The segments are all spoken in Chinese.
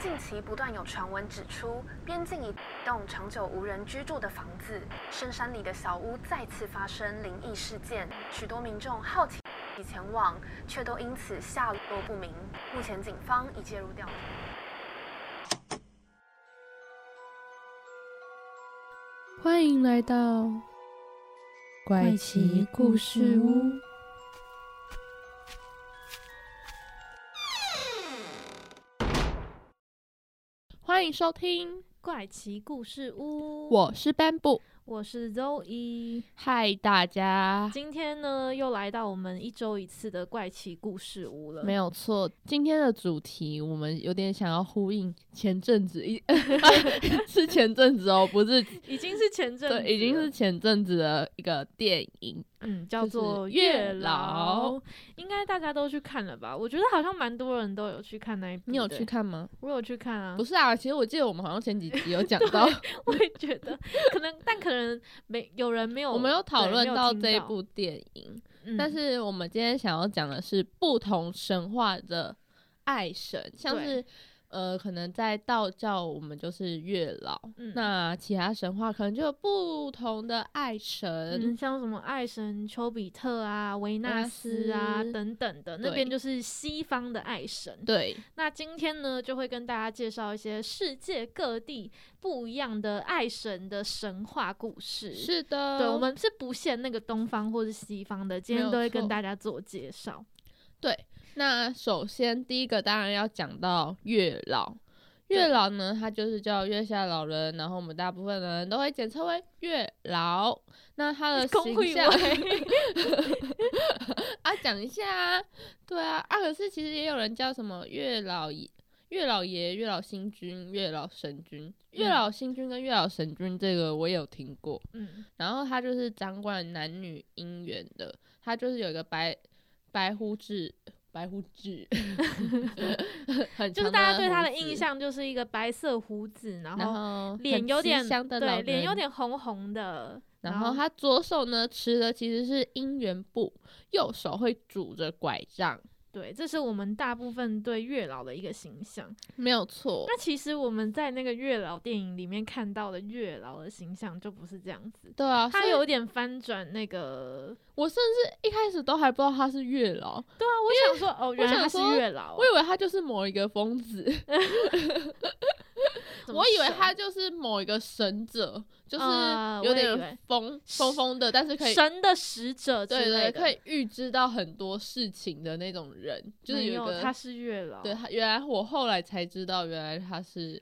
近期不断有传闻指出，边境一栋长久无人居住的房子，深山里的小屋再次发生灵异事件，许多民众好奇前往，却都因此下落不明。目前警方已介入调查。欢迎来到怪奇故事屋。欢迎收听，怪奇故事屋，我是 Bamboo。我是 Zoe。嗨，大家，今天呢，又来到我们一周一次的怪奇故事屋 了。没有错，今天的主题我们有点想要呼应前阵子 一， 是前阵子哦，不是，已经是前阵子了，对，已经是前阵子的一个电影，嗯，叫做《就是月月老》，老应该大家都去看了吧？我觉得好像蛮多人都有去看那一部。你有对去？看吗？我有去看啊不。是啊，其实我记得我们好像前几集有讲到， 我也觉得，可能，但可能没有人没有，我们有讨对论没有到听这一部电影，嗯但是我们今天想要讲的是不同神话的爱神，像对是呃，可能在道教我们就是月老，嗯那其他神话可能就有不同的爱神。嗯，像什么爱神丘比特啊、维纳纳斯啊斯等等的，那对边就是西方的爱神。对，那今天呢，就会跟大家介绍一些世界各地不一样的爱神的神话故事。，是的，对，我们是不限那个东方或是西方的，今没天有都会跟错大家做介绍。对。那首先第一个当然要讲到月老，月对老呢，他就是叫月下老人，然后我们大部分人都会简称为月老。那他 的功会呃形象， 为啊，讲一下啊，对啊，啊，可是其实也有人叫什么月老爷、月老爷、月老星君、月老神君、月嗯老星君跟月老神君，这个我也有听过。嗯，然后他就是掌管男女姻缘的，他就是有一个白白胡子。白胡子， 很就是长大家对他的胡印子，象就是一个白色胡子，然然后后脸很有慈点祥的老对，脸有人，点红红的，然后他左手呢持的其实是姻缘布，右手会拄着拐杖，对，这是我们大部分对月老的一个形象。没有错。那其实我们在那个月老电影里面看到的月老的形象就不是这样子，对啊，他所以有点翻转那个。我甚至一开始都还不知道他是月老，对啊，我想说哦，原来他想是说月老哦，我以为他就是某一个疯子，怎么我以为神他就是某一个神者，就是啊有我也以为点疯疯疯的，但是可以神的使者之对对，类的，可以预知到很多事情的那种人，就是没一有个他是月老。对，他原来我后来才知道，原来他是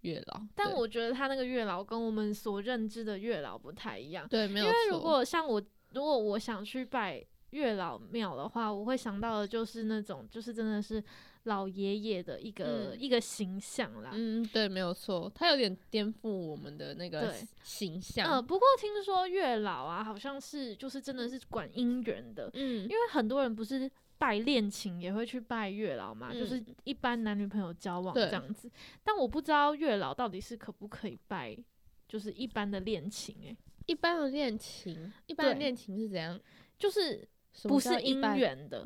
月老，但对我觉得他那个月老跟我们所认知的月老不太一样，对没因有为错，如果像我，如果我想去拜月老庙的话，我会想到的就是那种，就是真的是老爷爷的一个、嗯一个形象啦。嗯对没有错，他有点颠覆我们的那个对形呃，象，不过听说月老啊，好像是就是真的是管姻缘的，嗯因为很多人不是拜恋情也会去拜月老嘛，就是嗯一般男女朋友交往对这样子。但我不知道月老到底是可不可以拜，就是一般的恋情、欸，一般的恋情，一般的对恋情是怎样？就是什么不是叫一姻般缘的，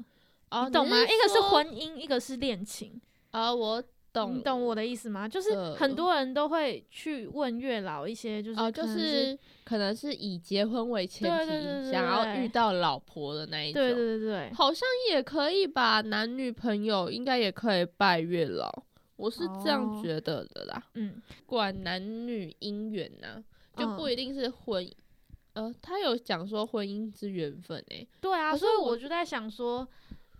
哦，你懂吗？一个是说婚姻，一个是恋情，啊、我懂，你懂我的意思吗？就是呃很多人都会去问月老一些，就是哦、可就能是可能是以结婚为前对提，对对对想要对遇到老婆的那一种，对对对对，好像也可以吧，男女朋友应该也可以拜月老，我是这哦样觉得的啦，嗯，管男女姻缘呐、哦就嗯不一定是婚。呃，他有讲说婚姻之缘分欸诶、对啊，可所以是我哦我就在想说。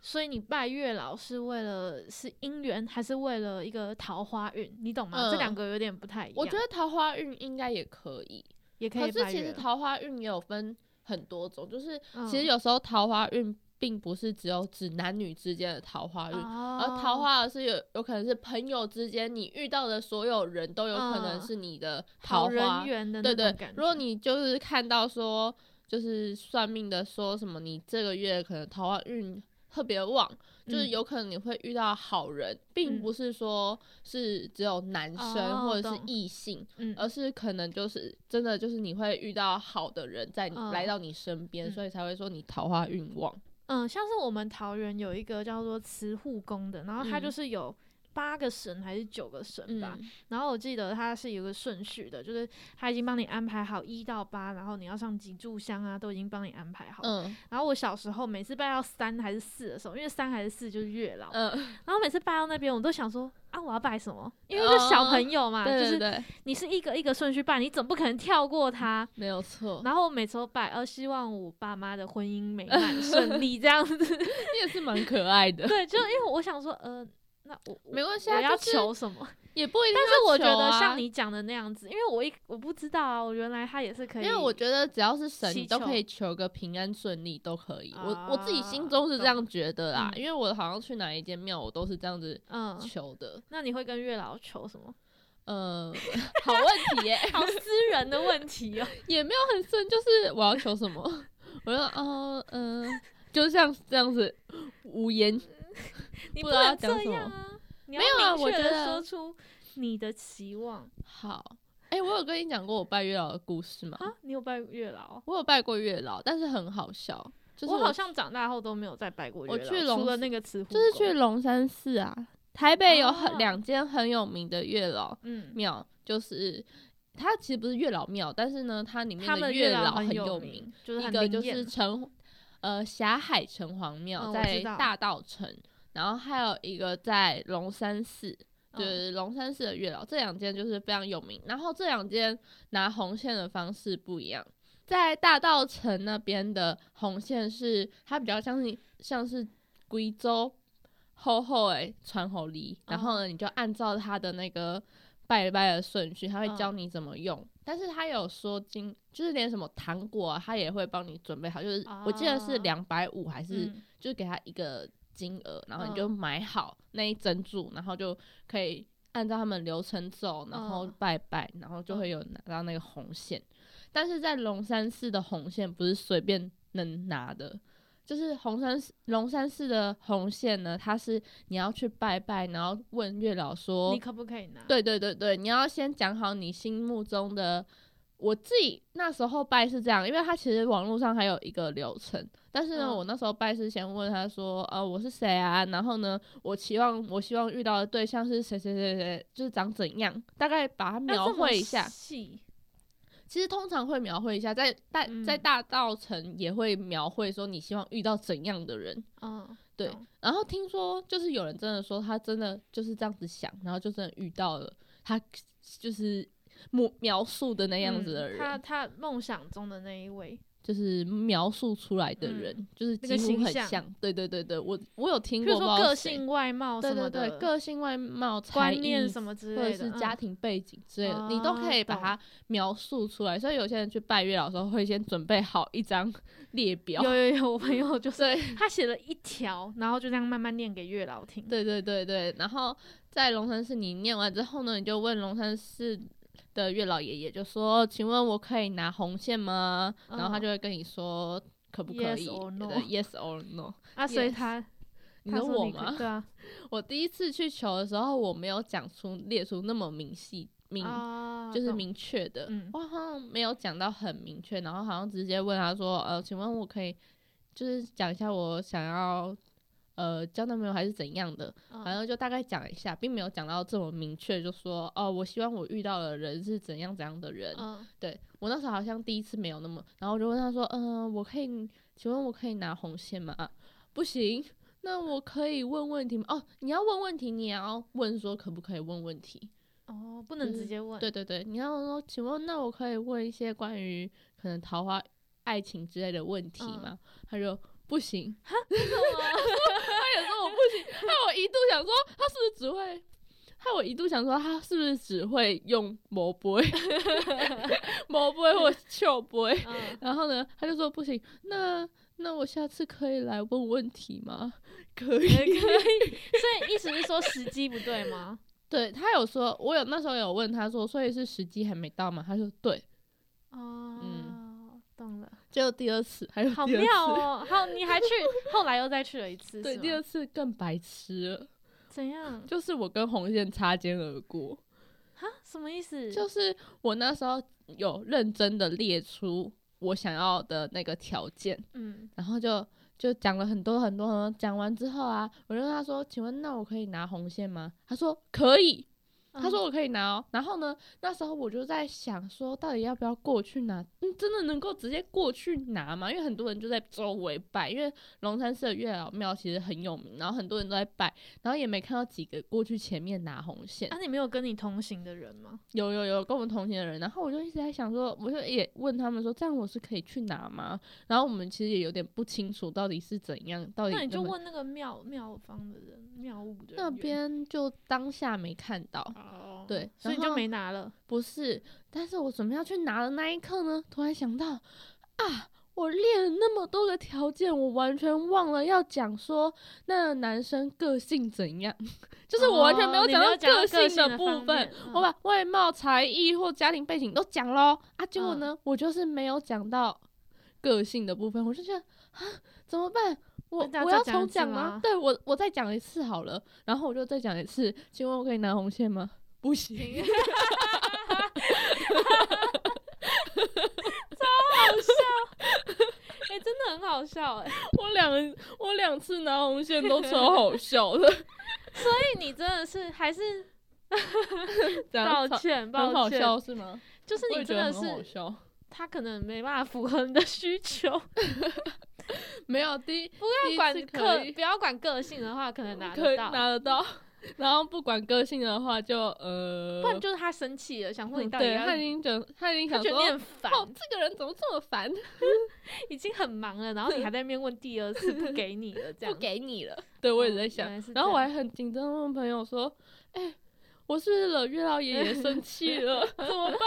所以你拜月老是为了是姻缘，还是为了一个桃花运？你懂吗？嗯这两个有点不太一样。我觉得桃花运应该也可以，也可可以是拜其月实老。桃花运也有分很多种，就是嗯其实有时候桃花运并不是只有指男女之间的桃花运，而呃桃哦花是有有可能是朋友之间，你遇到的所有人都有可能嗯是你的好桃人花。缘的对那对种感觉。，如果你就是看到说，就是算命的说什么，你这个月可能桃花运特别旺，就是嗯有可能你会遇到好人，并嗯不是说是只有男生哦或者是懂异性，嗯而是可能就是真的就是你会遇到好的人在你、嗯来到你身边，嗯所以才会说你桃花运旺。嗯，像是我们桃园有一个叫做慈护宫的，然后它就嗯是有八个神还是九个神吧，嗯然后我记得它是有个顺序的，就是他已经帮你安排好一到八，然后你要上几炷香啊，都已经帮你安排好。嗯然后我小时候每次拜到三还是四的时候，因为三还是四就是月老，嗯，然后每次拜到那边，我都想说啊，我要拜什么？因为是小朋友嘛，哦对对就是对，你是一个一个顺序拜，你总不可能跳过它。没有错，然后我每次都拜，呃，希望我爸妈的婚姻 美满顺利这样子。 你也是蛮可爱的，对，就因为我想说，呃，那我我没关系我啊，要就是求 什么？也不一定但是要我求觉啊，得像你讲的那样子，因为我一我不知道啊，我原来他也是可以，因为我觉得只要是神，祈你都可求以求个平安顺利，都可以。我我自己心中是这啊样觉得啦，嗯因为我好像去哪一间庙，我都是这样子嗯，求的。那你会跟月老求 什么？ 呃，好问题耶、 好私人的问题哦。也没有很顺，就是我要求什么， 我就哦嗯、呃就像这样子无言。你不不知道要能讲这什么样啊！你要没有啊明我确觉地得说出你的期望好，哎、我有跟你讲过我拜月老的故事吗？啊！你有拜月老？我有拜过月老，但是很好笑，就是我好像长大后都没有再拜过月我老，去龙除了那个慈湖，就是去，龙山寺啊，台北有很哦两间很有名的月老。嗯，庙，就是它其实不是月老庙，但是呢，它里面他的们月老很有有名，，就是一很个就灵验是城呃霞海城隍嗯庙我在知道大道城，然后还有一个在龙山寺。就嗯是龙山寺的月老，这两间就是非常有名。然后这两间拿红线的方式不一样，在大道城那边的红线是它比较像是像是贵州厚厚诶传猴梨，然后嗯呢你就按照它的那个拜拜的顺序，它会教嗯你怎么用。但是它有说今就是连什么糖果啊，它也会帮你准备好，就是我记得是啊两百五还是、嗯就是给他一个金额，然后你嗯就买好那一整组，然后就可以按照他们流程走，然后嗯拜拜，然后就会有拿到那个红线。但是在龙山寺的红线不是随便能拿的，就是红山寺龙山寺的红线呢，它是你要去拜拜，然后问月老说你可不可以拿？，对对对对，你要先讲好你心目中的。我自己那时候拜是这样，因为他其实网络上还有一个流程，但是呢，嗯我那时候拜是先问他说，呃，我是谁啊？然后呢，我期望我希望遇到的对象是谁谁谁谁，就是长怎样，大概把它描绘一下。细其实通常会描绘一下，在大嗯在大道城也会描绘说你希望遇到怎样的人，嗯，对懂，然后听说就是有人真的说他真的就是这样子想，然后就真的遇到了他就是描描述的那样子的嗯人，他他梦想中的那一位，就是描述出来的人，就是嗯几那个乎形很象像。对对对对，我我有听比过，如说不知道个谁性、外貌对什对么对的，个性、外貌、才观艺念什么之或类者的，是家嗯庭背景之类的，你都可以啊把懂它描述出来。所以有些人去拜月老的时候，会先准备好一张 列表。有 有有，我朋友就是对，他写了一条，然后就这样慢慢念给月老听。对对对对，然后在龙山寺你念完之后呢，你就问龙山寺的月老爷爷，就说：“请问我可以拿红线吗？”然后他嗯就会跟你说可不可 Yes 以 or 对 no yes or no。啊，所以 Yes 他你他说说我你可以吗？对啊，我第一次去求的时候，我没有讲出列出那么明细明啊就是懂明确的，嗯我好像没有讲到很明确，然后好像直接问他说，呃，请问我可以就是讲一下我想要呃交男朋友还是怎样的，嗯反正就大概讲一下，并没有讲到这么明确，就说哦，我希望我遇到的人是怎样怎样的人。嗯对我那时候好像第一次没有那么，然后我就问他说，嗯、我可以，请问我可以拿红线吗？啊不行。那我可以问问题吗？哦，你要问问题，你也要问说可不可以问问题。哦，不就能是直接问，对对 对，你要说，请问那我可以问一些关于可能桃花、爱情之类的问题嗯吗？他说不行，哦，他也说我不行，害我一度想说他是不是只会，害我一度想说他是不是只会用魔杯、 魔杯或球杯，嗯然后呢，他就说不行，那那我下次可以来问问题吗？可以也，可以。所以意思是说时机不对 吗？对他有说，我有那时候有问他说，所以是时机还没到吗？他说对。哦，懂了，结果第二次，还有好嗯第二妙次哦。好，你还去，后来又再去了一次，对，是第吗二次更白痴了，怎样？就是我跟红线擦肩而过，哈，什么意思？就是我那时候有认真的列出我想要的那个条件，嗯，然后就就讲了很多很多很多，讲完之后啊，我就跟他说：“请问那我可以拿红线吗？”他说：“可以。”嗯他说：“我可以拿哦。”然后呢，那时候我就在想说，到底要不要过去拿？嗯，真的能够直接过去拿吗？因为很多人就在周围拜，因为龙山寺的月老庙其实很有名，然后很多人都在拜，然后也没看到几个过去前面拿红线。啊，你没有跟你同行的人吗？有有有跟我们同行的人，然后我就一直在想说，我就也问他们说，这样我是可以去拿吗？然后我们其实也有点不清楚到底是怎样，到底那你就能不能问那个庙庙方的人，庙务的人那员边就当下没看到，哦，对所以你然就后没拿了。不是，但是我准备要去拿的那一刻呢，突然想到啊。我列了那么多个条件，我完全忘了要讲说那个男生个性怎样， 就是我完全没有哦你讲到个性的部方分面。，我嗯把外貌、才艺或家庭背景都讲喽啊，结果嗯呢，我就是没有讲到个性的部分，我就觉得啊，怎么办？我那再我要再讲一重次讲吗对我，我再讲一次好了，然后我就再讲一次。请问我可以拿红线吗？不行， 哎、真的很好笑哎、我两我两次拿红线都超 好笑的，所以你真的是还是这抱样歉，啊很抱好歉，笑是吗？就是我你也觉真得的很好是笑，他可能没办法符合你的需求，没有第一不不要管可个以不要管个性的话，可能拿可得以到，拿得到，然后不管个性的话就呃，不然就是他生气了，想问你嗯到底对要，他已经觉得他已经他想觉说得你很烦，哦，这个人怎么这么烦？已经很忙了，然后你还在那边问第二次，不给你了，这 样不给你了。对，我也在哦想原来是，然后这我样还很紧张，问朋友说：“哎、我是不是惹月老爷爷生气了？ 怎么办？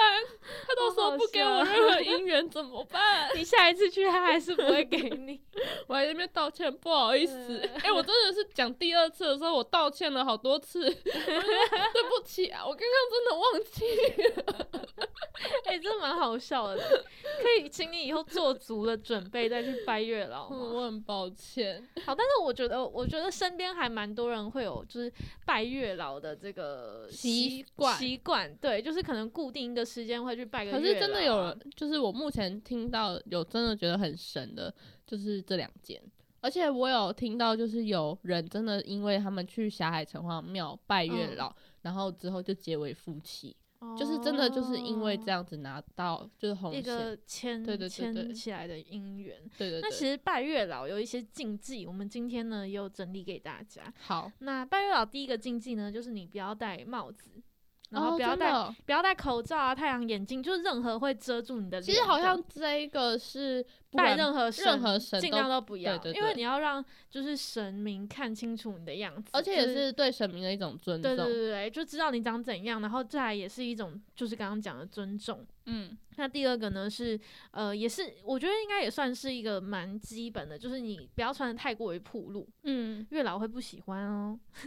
他到时候不给我任何姻缘怎么办你下一次去他还是不会给你，？”我还在那边道歉，不好意思。嗯哎、我真的是讲第二次的时候，我道歉了好多次， 我就说对不起啊，我刚刚真的忘记了。 哎、真的蛮好笑的，可以请你以后做足了准备再去拜月老吗？嗯我很抱歉。好，但是我觉得，我觉得身边还蛮多人会有就是拜月老的这个习惯习惯对，就是可能固定一个时间会去拜个月可老啊、是真的有人，就是我目前听到有真的觉得很神的，就是这两间。而且我有听到，就是有人真的因为他们去霞海城隍庙拜月嗯老，然后之后就结为夫妻，就是真的就是因为这样子拿到就是红哦哦一线，个牵对对对对牵起来的姻缘。对对对。那其实拜月老有一些禁忌，我们今天呢也有整理给大家。好，那拜月老第一个禁忌呢，就是你不要戴帽子，然哦后不要真的戴、哦不要戴口罩啊、太阳眼镜，就是任何会遮住你的脸其的。实好像这一个是不拜管任何任何神尽都量都不要，对对因为对你要让就是神明看清楚你的样子，而且也就是对神明的一种尊对对重。对对对，就知道你长怎样，然后再来也是一种就是刚刚讲的尊重。嗯，那第二个呢是呃，也是我觉得应该也算是一个蛮基本的，就是你不要穿的太过于暴露，嗯，月老会不喜欢哦。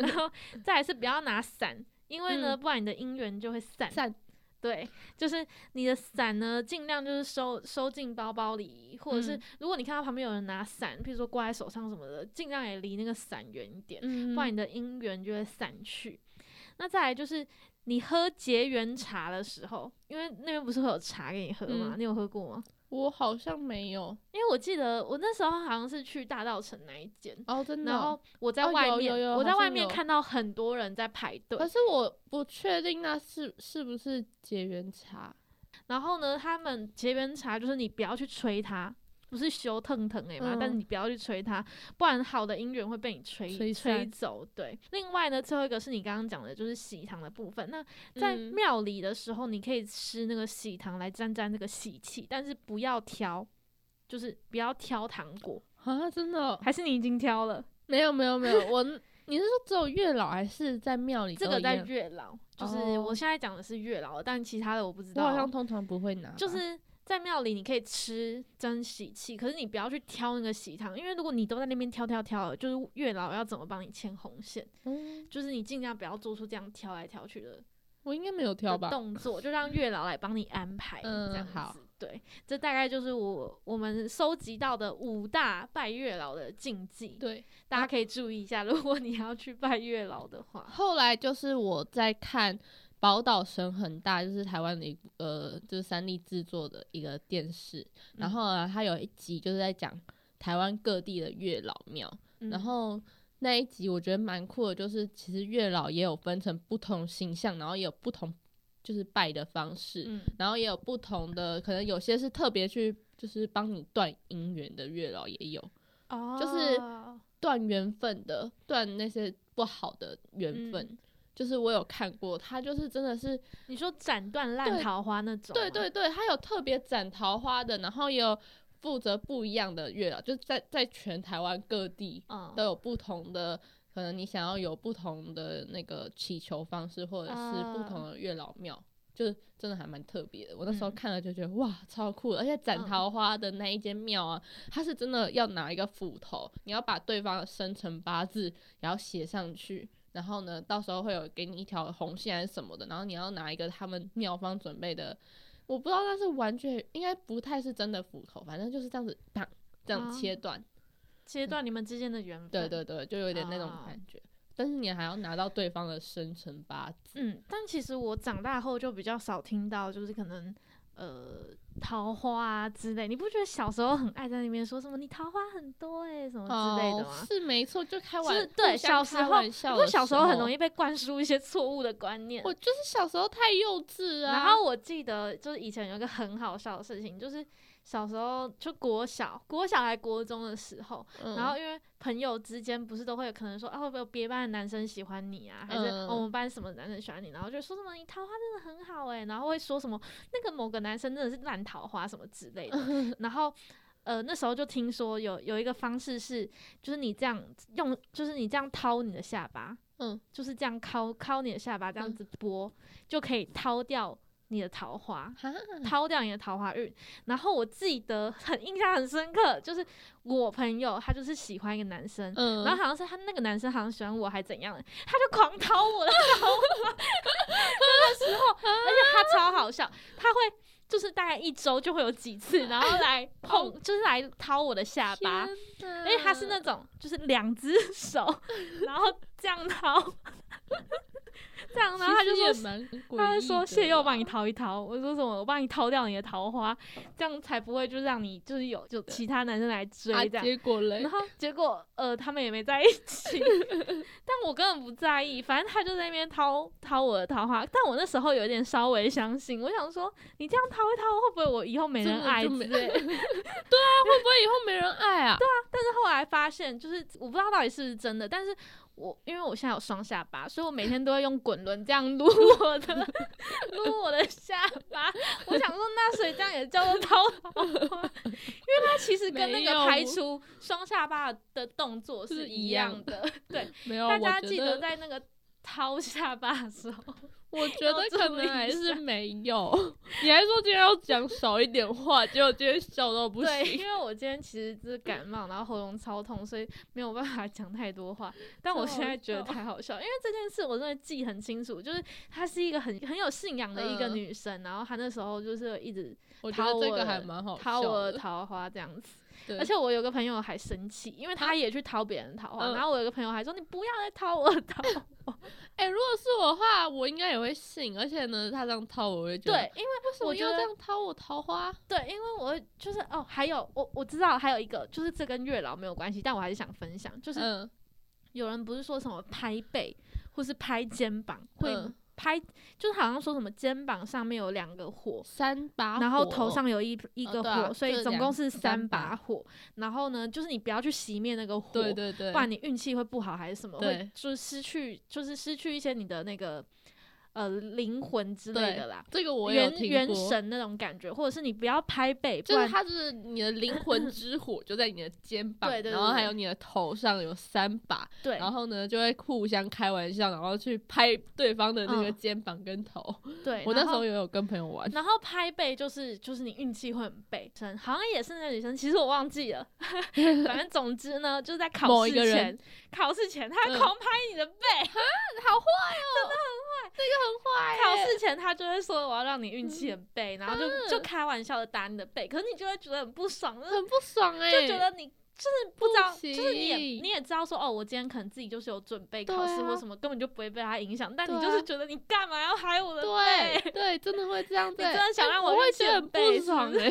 然后再来是不要拿伞，因为呢，嗯不然你的姻缘就会散。散对，就是你的伞呢，尽量就是收收进包包里，或者是嗯如果你看到旁边有人拿伞，譬如说挂在手上什么的，尽量也离那个伞远一点，嗯不然你的姻缘就会散去。那再来就是你喝结缘茶的时候，因为那边不是会有茶给你喝吗？嗯你有喝过吗？我好像没有因为我记得我那时候好像是去大道城那一间，哦，真的哦、然后我在哦外有面，有有我在好外像面有看到很多人在排队可，是我不确定那是是不是结缘茶，然后呢，他们结缘茶就是你不要去吹它，不是修腾腾哎嘛，嗯但是你不要去吹它，不然好的姻缘会被你吹吹散走。对，另外呢，最后一个是你刚刚讲的，就是喜糖的部分。那在嗯庙里的时候，你可以吃那个喜糖来沾沾那个喜气，但是不要挑。就是不要挑糖果，啊，真的哦、还是你已经挑了？没有没有没有，我 你是说只有月老还是在庙里都这哦一个样？在月老，就是哦我现在讲的是月老，但其他的我不知我道。好像通常不会拿吧，就是在庙里你可以吃沾喜气，可是你不要去挑那个喜糖，因为如果你都在那边挑挑挑，就是月老要怎么帮你牵红线，嗯，就是你尽量不要做出这样挑来挑去的我应该没有挑吧的？动作，就让月老来帮你安排。嗯这样子好。对，这大概就是我我们收集到的五大拜月老的禁忌，对，大家可以注意一下。如 果你要去拜月老的话，后来就是我在看。宝岛神很大，就是台湾的一嗯呃，就是三立制作的一个电视。然后呢，它有一集就是在讲台湾各地的月老庙。嗯然后那一集我觉得蛮酷的，就是其实月老也有分成不同形象，然后也有不同就是拜的方式，嗯然后也有不同的，可能有些是特别去就是帮你断姻缘的月老也有，哦，就是断缘分的，断那些不好的缘分。嗯就是我有看过，他就是真的是，你说斩断烂对桃花那种吗，对对对，他有特别斩桃花的，然后也有负责不一样的月老，就是在在全台湾各地嗯，都有不同的，可能你想要有不同的那个祈求方式，或者是不同的月老庙，就是真的还蛮特别的。我那时候嗯看了就觉得、哇，超酷的！而且斩嗯桃花的那一间庙啊，它是真的要拿一个斧头，你要把对方的生辰八字然后写上去。然后呢，到时候会有给你一条红线还是什么的，然后你要拿一个他们庙方准备的，我不知道那是完全应该不太是真的斧头，反正就是这样子，啪这样啊切断，切断你们之间的缘分，嗯对对对，就有点那种啊感觉。但是你还要拿到对方的生辰八字，嗯，但其实我长大后就比较少听到，就是可能呃桃花啊之类。你不觉得小时候很爱在那边说什么你桃花很多哎、什么之类哦的吗？是没错，就开玩是对互相小时开候玩笑因为的小时时候很容易，被灌输一些错误的观念。我就是小时候太幼稚啊。然后我记得就是以前有一个很好笑的事情，就是小时候就国小、国小还国中的时候，嗯，然后因为朋友之间不是都会有可能说啊，会不会有别班的男生喜欢你啊，还是、嗯哦我们班什么男生喜欢你，然后就说什么你桃花真的很好诶、然后会说什么那个某个男生真的是烂桃花什么之 类的，然后。呃，那时候就听说有有一个方式是，就是你这样用，就是你这样掏你的下巴，嗯，就是这样敲敲你的下巴，这样嗯子拨、就可以掏掉你的桃花。哈，掏掉你的桃花运。然后我记得很 印象很深刻，就是我朋友他就是喜欢一个男生。嗯，然后好像是他那个男生好像喜欢我还怎样的，他就狂掏我的桃花， 那个时候，而且他超好笑，他会就是大概一周就会有几次，然后来碰，就是来掏我的下巴，哦天哪，而且他是那种就是两只手，然后这样掏， 这样，然后他就其实说也蛮诡异的啦，他就说谢啊佑，我帮你掏一掏。我说什么？我帮你掏掉你的桃花，这样才不会就让你就是有就其他男生来追啊，这样。结果嘞然，后结果呃，他们也没在一 起，但我根本不在意，反正他就在那边掏掏我的桃花。但我那时候有点稍微相信，我想说你这样掏一掏，会不会我以后没人真的爱就 之没类的？他会不会以后没人爱啊？ 但是后来发现，就是我不知道到底是不是真的，但是我因为我现在有双下巴，所以我每天都会用滚轮这样撸我的撸我的下巴。我想说，那所以这样也叫做掏桃花，因为它其实跟那没个有排除双下巴的动作是一样的。 对，没有，大家我觉记得得在那个掏下巴的时候，我觉要得注可意能一还是下没有。 你还说今天要讲少一点话，结果今天笑到不对， 行。因为我今天其实就是感冒，然后喉咙超痛，所以没有办法讲太多话。但我超现在觉得好笑太好笑，因为这件事我真的记很清楚，就是她是一个很很有信仰的一个嗯女生，然后她那时候就是一直我觉得掏这我个还的蛮好掏笑我的的。桃花这样子。 对而且我有个朋友还生气，因为她也去掏别人的桃花，嗯然后我有个朋友还说你不要再掏我的桃 花，哎、如果是我的话，我应该也会信，而且呢，他这样掏我，我会觉得对，因为为什么我觉要这得样掏我桃花？对，因为我会就是哦，还有我我知道还有一个就是这跟月老没有关系，但我还是想分享，就是嗯，有人不是说什么拍背或是拍肩膀，会嗯拍，就是好像说什么肩膀上面有两个火，三把火，然后头上有一一哦个火，对啊所就以是总两共是三三把把火。然后呢，就是你不要去熄灭那个火，对对对，不然你运气会不好还是什么，对会就是失去，就是失去一些你的那个呃灵魂之类对的啦。这个我有元听元过，神那种感觉，或者是你不要拍背，不就是然它是你的灵 魂之火就在你的肩膀，对对对然后还对有你的头上有三把，对，然后呢就会互相开玩笑，然后去拍对方的那个嗯肩膀跟头。对，我那然时后候也有跟朋友玩，然后拍背就是就是你运气会很背，好像也是那女生，其实我忘记了， 反正总之呢，就是在考某一试个人前，考试前他嗯狂拍你的背，好坏哦，真的很坏，这个很坏考耶。试前他就会说我要让你运气嗯很背，然后就、就开玩笑的打你的背，可是你就会觉得很不爽，就是很不爽哎、就觉得你。就是不知道，不就是你也行你也知道说哦，我今天可能自己就是有准备对考试啊或什么，根本就不会被他影响。但对你啊就是觉得你干嘛要拍我的背？ 对对，真的会这样子欸。真的想哎让我我会觉运气得很很背不 是不爽是哎、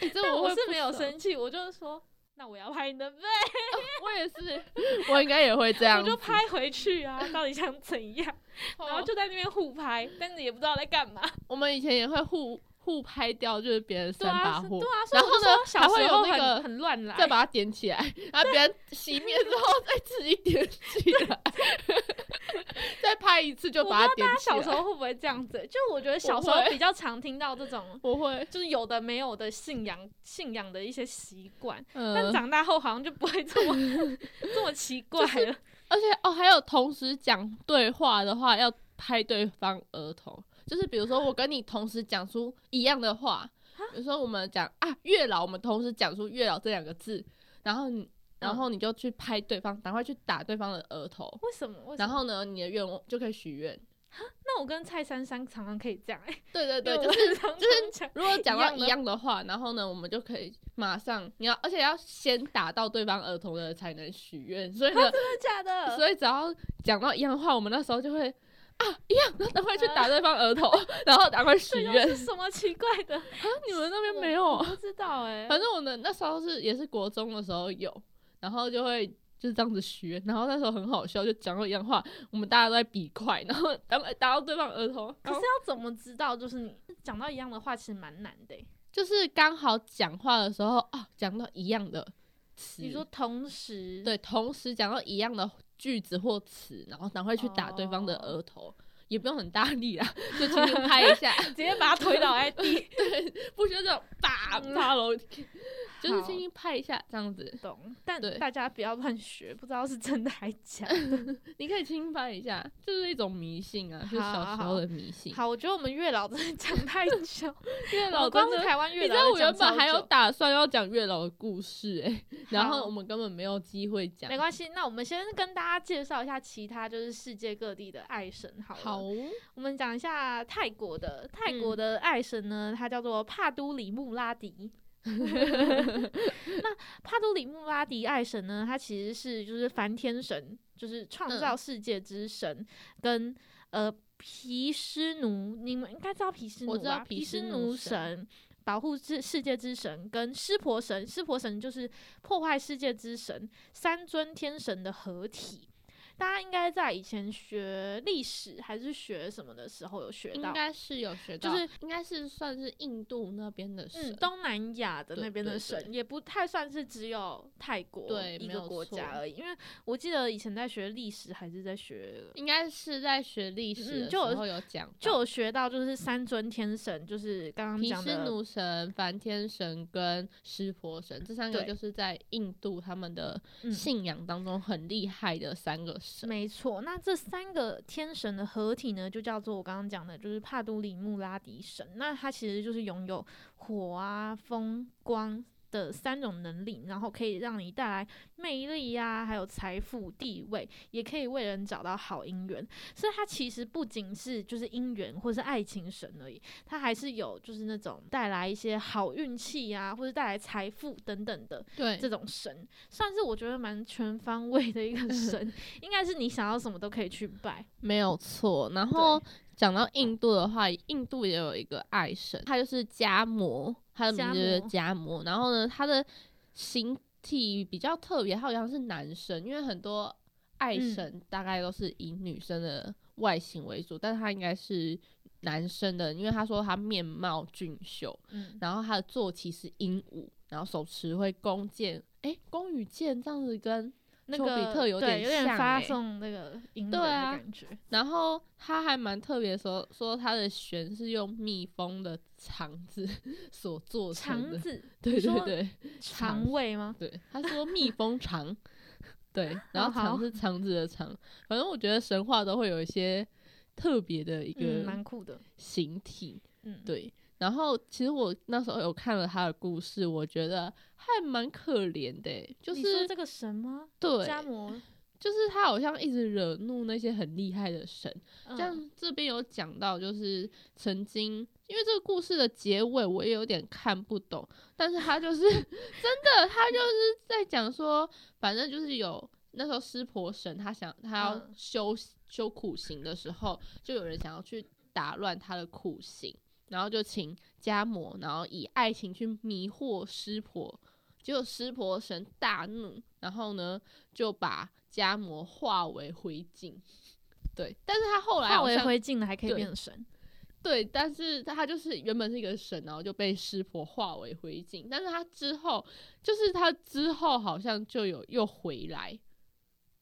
欸，这但我我会是不没有爽哦生气，我就说那我要拍你的背，我也 是，我应该也会这样我子。就拍回去啊，到底想怎 样？然后哦就在那边互拍，但是也不知道在干嘛。我们以前也会互互拍掉，就是别人对三把啊，是火对，啊，所以然后我就呢说小还会时有候那很个很乱来，再把它点起来，然后别人熄灭之后再自己点起来， 再拍一次就把它我不知点道大家起小时来。 候会不会这样子、就我觉得小时候比较常听到这种，我会，就是有的没有的信仰信仰的一些习惯，但嗯，长大后好像就不会这么 这么奇怪 了。而且哦，还有同时讲对话的话，要拍对方额头，就是比如说我跟你同时讲出一样的话，比如说我们讲啊月老，我们同时讲出月老这两个字，然后嗯你然后你就去拍对方，赶快去打对方的额头，为什么？为什然么？后呢，你的愿望就可以许愿。那我跟蔡珊珊常常可以这样、 欸，对对对，因为就我是们常常就是讲 如果讲到一样一的样的话，然后呢，我们就可以马上你要，而且要先打到对方额头的才能许愿。所以呢，真的 假的？所以只要讲到一样的话，我们那时候就会啊一样，然后赶快去打对方额 头，然后赶快许这又愿。是什么奇怪 的？啊，你们那边没有我啊？不知道哎、反正我的那时候是也是国中的时候有，然后就会。就是这样子许愿，然后那时候很好笑，就讲到一样话，我们大家都在比快，然后打打到对方额头，可是要怎么知道？就是你讲到一样的话，其实蛮难的欸、就是刚好讲话的时候啊，讲到一样的词，你说同时，对，同时讲到一样的句子或词，然后赶快去打对方的额头。也不用很大力啦，就轻轻拍一下，直接把他推 哎倒在地，不需要这种叭啪楼 梯，就是好轻轻拍一下这样子。懂，但对大家不要乱学，不知道是真的还假的。 你可以轻轻拍一下，就是一种迷信啊，就是小时候的迷信。好，我觉得我们月老真的讲太久，月我 老光真是的，台湾你月知老道就我原讲超久，本还有打算要讲月老的故事 哎、然好后我们根本没有机会讲没。关系，那我们先跟大家介绍一下其他就是世界各地的爱神好了。好哦，我们讲一下泰国的，泰嗯国的爱神呢，它叫做帕都里穆拉迪。 那帕都里穆拉迪爱神呢，它其实是就是梵天神，就是创造嗯世界之神，跟呃毗湿奴，你们应该知道毗湿奴我知道吧？毗毗湿湿奴奴神。保护世世界之神跟湿婆神，湿婆神就是破坏世界之神，三尊天神的合体。大家应该在以前学历史还是学什么的时候有学应到，该是有学就到，是应该是算是印度那边的神，嗯，东南亚的对那边的对神对也不太算是只有泰国对一没个有国家错而已，因为我记得以前在学历史还是在学应该是在学历史嗯的时就有候有讲到、就有学到就是三尊天神，就是刚刚毗讲湿的，奴神、梵天神跟湿婆神这三个，对就是在印度他们的嗯信仰当中很厉害的三个神。没错。那这三个天神的合体呢，就叫做我刚刚讲的，就是帕都里穆拉迪神。那它其实就是拥有火啊、风、光。的三种能力，然后可以让你带来魅力呀、还有财富、地位，也可以为人找到好姻缘。所以它其实不仅是就是姻缘或是爱情神而已，它还是有就是那种带来一些好运气呀、或者带来财富等等的对这，种神，算是我觉得蛮全方位的一嗯个神，应该是你想要什么都可以去拜。没有错。然后讲到印度的话，印度也有一个爱神，他就是迦摩，他的名字就是迦摩。然后呢，他的形体比较特别，他好像是男生，因为很多爱神大概都是以女生的外形为主，但是他应该是男生的，因为他说他面貌俊秀，嗯，然后他的坐骑是鹦鹉，然后手持会弓箭，诶，弓与箭这样子跟。那丘个比特有对点有点像发欸送那个音对的啊感觉，然后他还蛮特别的说，说他的弦是用蜜蜂的肠子 所做成肠的。子对对说对肠肠胃吗？对，他说蜜蜂肠，对， 然后哦好好肠是肠子的肠。反正我觉得神话都会有一些特别的一嗯，个蛮酷的。形体，嗯，对。然后其实我那时候有看了他的故事，我觉得还蛮可怜的欸，就你说是这个神吗？对，迦摩，就是他好像一直惹怒那些很厉害的神，嗯像这边有讲到，就是曾经，因为这个故事的结尾我也有点看不懂，但是他就是 真的，他就是在讲说，反正就是有那时候湿婆神，他想他要嗯修、修苦行的时候，就有人想要去打乱他的苦行，然后就请迦摩，然后以爱情去迷惑湿婆。结果湿婆神大怒，然后呢就把迦摩化为灰烬。 对，但是他后来化好为像灰烬了还可以对变神，对，但是他就是原本是一个神，然后就被湿婆化为灰烬。但是他之后，就是他之后好像就有又回来，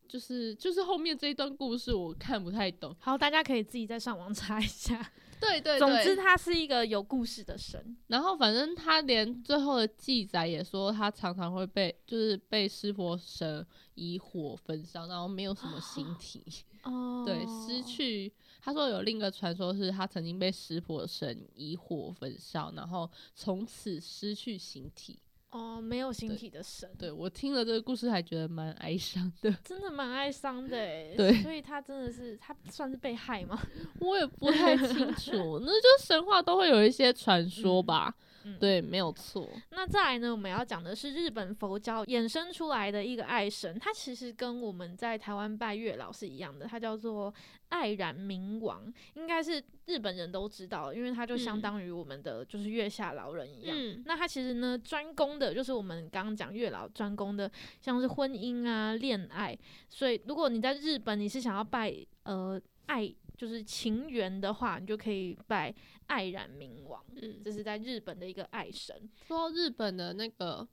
就是就是后面这一段故事我看不太懂。好，大家可以自己再上网查一下。对 对对，总之，他是一个有故事的神，然后反正他连最后的记载也说，他常常会被就是被湿婆神以火焚烧，然后没有什 么形体。哦对，失去。他说有另一个传说是他曾经被湿婆神以火焚烧，然后从此失去形体。哦，没有形对体的神，对我听了这个故事还觉得蛮哀伤的，真的蛮哀伤 的欸对所以他真的是他算是被害吗？ 我也不太清楚，那就神话都会有一些传说吧。嗯，对，没有错。那再来呢，我们要讲的是日本佛教衍生出来的一个爱神，它其实跟我们在台湾拜月老是一样的，它叫做爱染明王，应该是日本人都知道，因为它就相嗯当于我们的就是月下老人一样。嗯，那它其实呢，专攻的就是我们刚刚讲月老专攻的，像是婚姻啊、恋爱。所以如果你在日本，你是想要拜呃爱就是情缘的话，你就可以拜爱染明王，嗯这是在日本的一个爱神。说到日本的那个。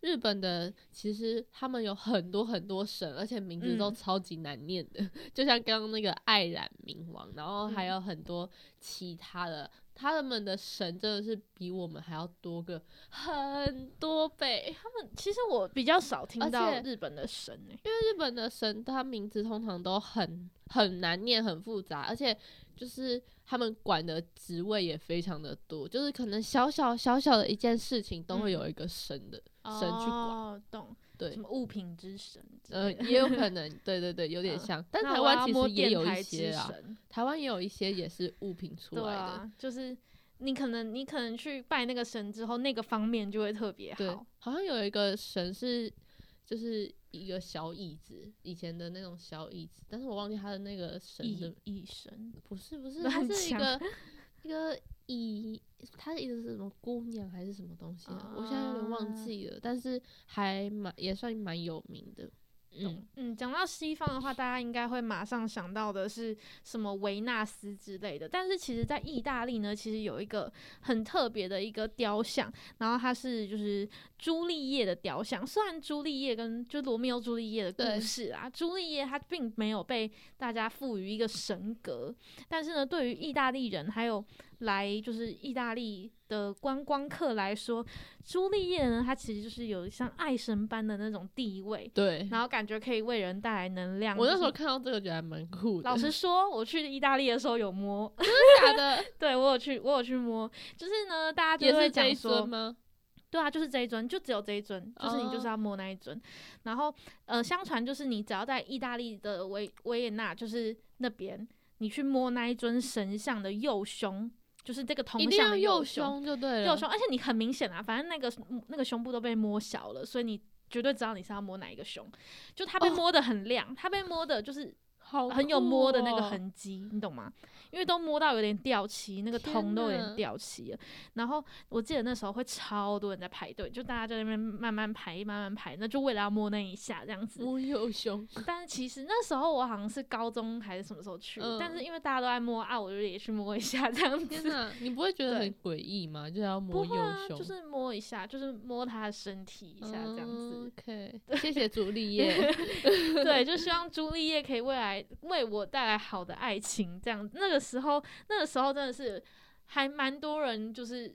日本的其实他们有很多很多神，而且名字都嗯超级难念的， 就像刚刚那个爱染明王，然后还嗯有很多其他的，他们的神真的是比我们还要多个很多倍。他们其实我比较少听而到且日本的神欸诶、因为日本的神，它名字通常都很很难念、很复杂，而且就是他们管的职位也非常的多，就是可能小小小小的一件事情都会有一个神的、神去管。嗯哦，懂？对什么物品之神之呃，类的？也有 可能，对对对，有点嗯像。但那台我湾要其摸实也电有台一之些啊，神台湾也有一些也是物品出对来的。啊，就是你可能你可能去拜那个神之后，那个方面就会特别对好。，好像有一个神是就是一个小椅子，以前的那种小椅子，但是我忘记他的那个神的异异神不是不是，乱它是一讲 个一个以它一直是什么姑娘还是什么东西啊？我现在有点忘啊记了，但是还蛮也算蛮有名的。嗯，嗯，讲到西方的话，大家应该会马上想到的是什么维纳斯之类的。但是其实，在意大利呢，其实有一个很特别的一个雕像，然后它是就是朱丽叶的雕像。虽然朱丽叶跟就罗密欧朱丽叶的故对事啊，朱丽叶她并没有被大家赋予一个神格，但是呢，对于意大利人还有来就是意大利的观光客来说，朱丽叶呢，她其实就是有像爱神般的那种地位。对。然后感觉可以为人带来能量。我那时候就是看到这个觉得还蛮酷的，老 实说，我去意大利的时候有摸， 假的对我有去，我有去摸，就是呢，大家也就会是这讲一尊说，吗？对啊，就是这一尊，就只有这一尊，就是你就是哦要摸那一尊。然后呃，相传就是你只要在意大利的维维也纳，就是那边，你去摸那一尊神像的右胸，就是这个铜一定像要的右胸，胸就对了，右胸，而且你很明显啊，反正那个那个胸部都被摸小了，所以你绝对知道你是要摸哪一个胸。就它被哦摸的很亮，它被摸的就是好很有摸的那酷个哦， 痕迹，你懂吗？因为都摸到有点掉漆，那个天铜都有哪点掉漆了。然后我记得那时候会超多人在排队，就大家在那边慢慢排，慢慢排，那就为了要摸那一下这样子。摸右 胸，但是其实那时候我好像是高中还是什么时候去的，但是嗯因为大家都在摸啊，我就也去摸一下这样天子。哪，你不会觉得对很诡异吗？就是要不摸会右啊，胸，就是摸一下，就是摸他的身体一一下这样嗯 子。哦 OK，谢谢朱 丽叶， 对，就希望朱丽叶可以未来为我带来好的爱情，这样。那个时候，那个时候真的是还蛮多人，就是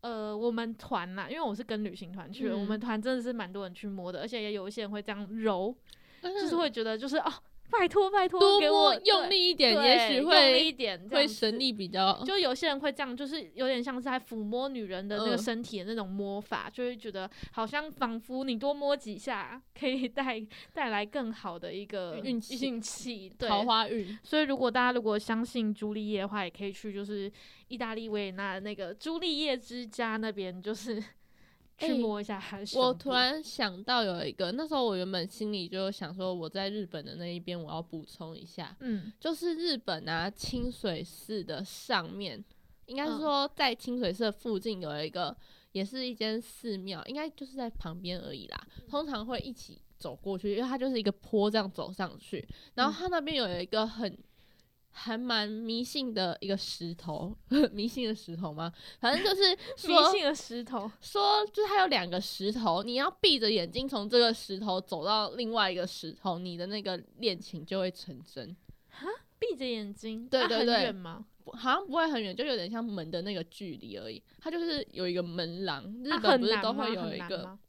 呃，我们团啦，因为我是跟旅行团去的，我们嗯团真的是蛮多人去摸的，而且也有一些人会这样揉，就就是会觉得就是哦，拜托拜托，嗯 多给摸我用对力一点，对也许用力一会点，这会样神子力比较。就有些人会这样，就是有点像是在抚摸女人的那个嗯身体的那种摸法，就会觉得好像仿佛你多摸几下可以带 带来更好的一个运气运气 对。桃花运，所以，如果大家如果相信朱丽叶的话，也可以去就是意大利维也纳的那个朱丽叶之家那边，就是 去哎摸一下她的胸部。我突然想到有一个，那时候我原本心里就想说，我在日本的那一边我要补充一下，嗯，就是日本啊清水寺的上面，应该是嗯说在清水寺的附近有一个也是一间寺庙，应该就是在旁边而已啦。嗯通常会一起走过去，因为它就是一个坡这样走上去。然嗯后它那边有一个很还蛮迷信的一个石头， 迷信的石头吗？反正就是 迷说信的石头，说，就是它有两个石头，你要闭着眼睛从这个石头走到另外一个石头，你的那个恋情就会成真。闭着眼睛，对啊对很对远吗？不好像不会很远，就有点像门的那个距离而已。它就是有一个门廊，日啊本很不是难都吗会有很一难个。吗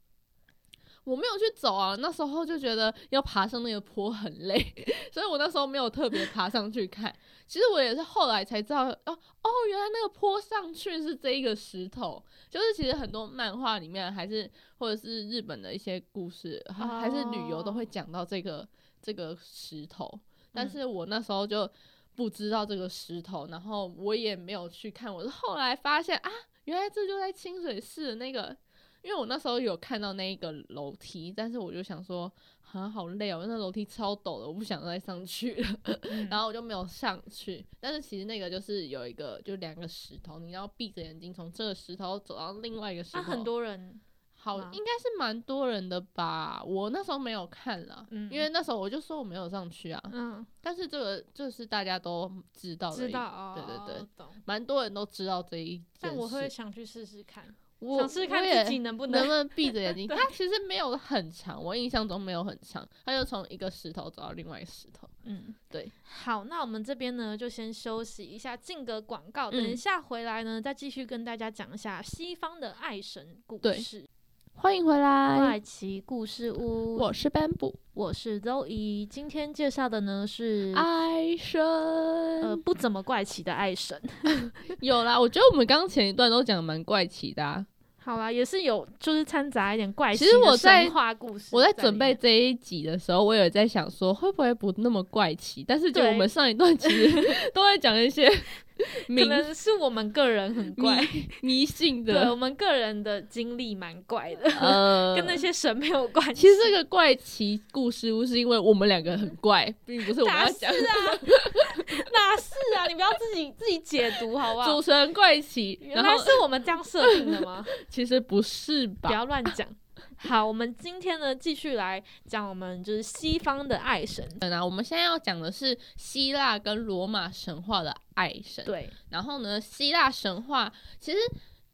我没有去走啊，那时候就觉得要爬上那个坡很累， 所以我那时候没有特别爬上去看。其实我也是后来才知道，哦哦，原来那个坡上去是这一个石头。就是其实很多漫画里面，还是或者是日本的一些故事，还还是旅游都会讲到这个这个石头。但是我那时候就不知道这个石头，然后我也没有去看，我是后来发现啊，原来这就在清水寺的那个。因为我那时候有看到那一个楼梯，但是我就想说，啊，好累哦，那楼梯超陡的，我不想再上去了，嗯然后我就没有上去。但是其实那个就是有一个，就两个石头，你要闭着眼睛从这个石头走到另外一个石头，啊，很多人好，吗应该是蛮多人的吧。我那时候没有看啦，嗯因为那时候我就说我没有上去啊。嗯但是这个这是大家都知道的，知道，哦，对对对哦，懂。蛮多人都知道这一件事。但我会想去试试看，我想试试我也看自己能不能能不能闭着眼 睛？它其实没有很长，我印象中没有很长，它就从一个石头走到另外一个石头。嗯，对。好，那我们这边呢就先休息一下，进个广告，等嗯一下回来呢再继续跟大家讲一下西方的爱神故对事。欢迎回来，怪奇故事屋，我是 b 布我是 Zoe，今天介绍的呢是爱生。嗯呃不怎么怪奇的爱神。 有啦，我觉得我们刚刚前一段都讲的蛮怪奇的、啊。好啦，也是有就是掺杂一点怪奇其实我的在神话故事我在在准备里面这一集的时候，我有在想说会不会不那么怪奇，但是就对我们上一段其实 都在讲一些迷可能是我们个人很迷怪， 迷信对的我，们个人的经历蛮怪的，呃，跟那些神没有关系。其实这个怪奇故事屋是因为我们两个很怪，并不是我们哪要是讲 啊？哪是啊？你不要自己自己解读好不好主？持人怪奇，原然来后是我们这样设定的 吗？其实不是不吧？要乱讲。好，我们今天呢继续来讲我们就是西方的爱神。嗯啊，我们现在要讲的是希腊跟罗马神话的爱神。对，然后呢，希腊神话其实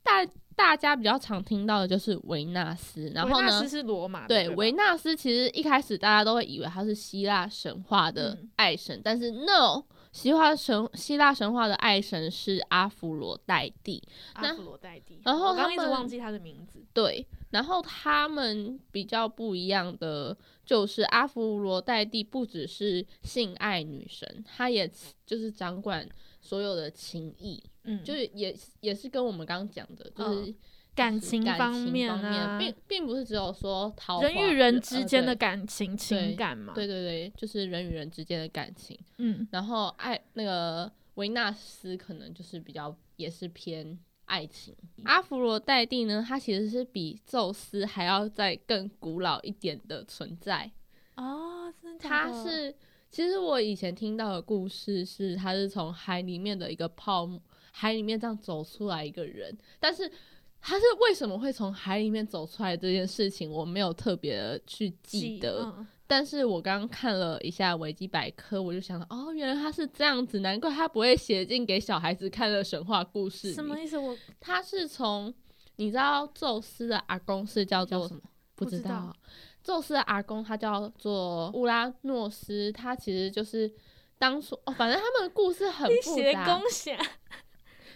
大大家比较常听到的就是维纳斯，然后维纳呢斯，是罗马的对，吧维纳斯其实一开始大家都会以为他是希腊神话的嗯爱神，但是 no，希腊神希腊神话的爱神是阿芙罗代蒂。那阿弗罗代蒂。然后我他刚刚一直们忘记他的名字。对，然后他们比较不一样的就是阿芙罗代蒂不只是性爱女神，她也就是掌管所有的情谊，嗯，就是也也是跟我们刚刚讲的，就是嗯感就是情感方情面方啊并并不是只有说桃人花与人呃之间的对感情、对情感嘛。对，对对，就是人与人之间的感情。嗯，然后爱那个维纳斯可能就是比较也是偏爱情。阿芙罗代蒂呢，它其实是比宙斯还要再更古老一点的存在。哦，真的假它的。是，其实我以前听到的故事是，它是从海里面的一个泡沫海里面这样走出来一个人，但是。他是为什么会从海里面走出来这件事情，我没有特别的去记得，嗯但是我刚刚看了一下维基百科，我就想到，哦，原来他是这样子，难怪他不会写进给小孩子看的神话故事里。什么意思？我他是从你知道宙斯的阿公是叫做叫什么？不不知知道道。宙斯的阿公他叫做乌拉诺斯，他其实就是当初哦，反正他们的故事很 你复写杂。公 写，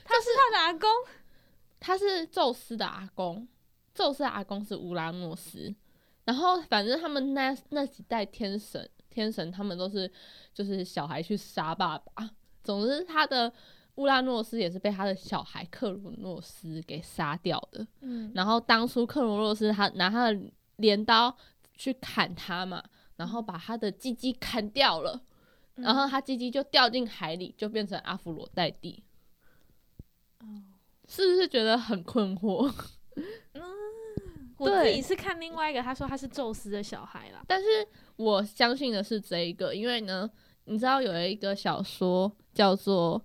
他是他的阿公。他是宙斯的阿公，宙斯的阿公是乌拉诺斯。然后反正他们那那几代天神，天神他们都是就是小孩去杀爸爸。总之，他的乌拉诺斯也是被他的小孩克鲁诺斯给杀掉的。嗯，然后当初克罗洛斯他拿他的镰刀去砍他嘛，然后把他的鸡鸡砍掉了，嗯然后他鸡鸡就掉进海里，就变成阿芙罗代蒂。哦是不是觉得很困惑？ 我自嗯对己是看另外一个，他说他是宙斯的小孩啦。但是我相信的是这一个，因为呢，你知道有一个小说叫做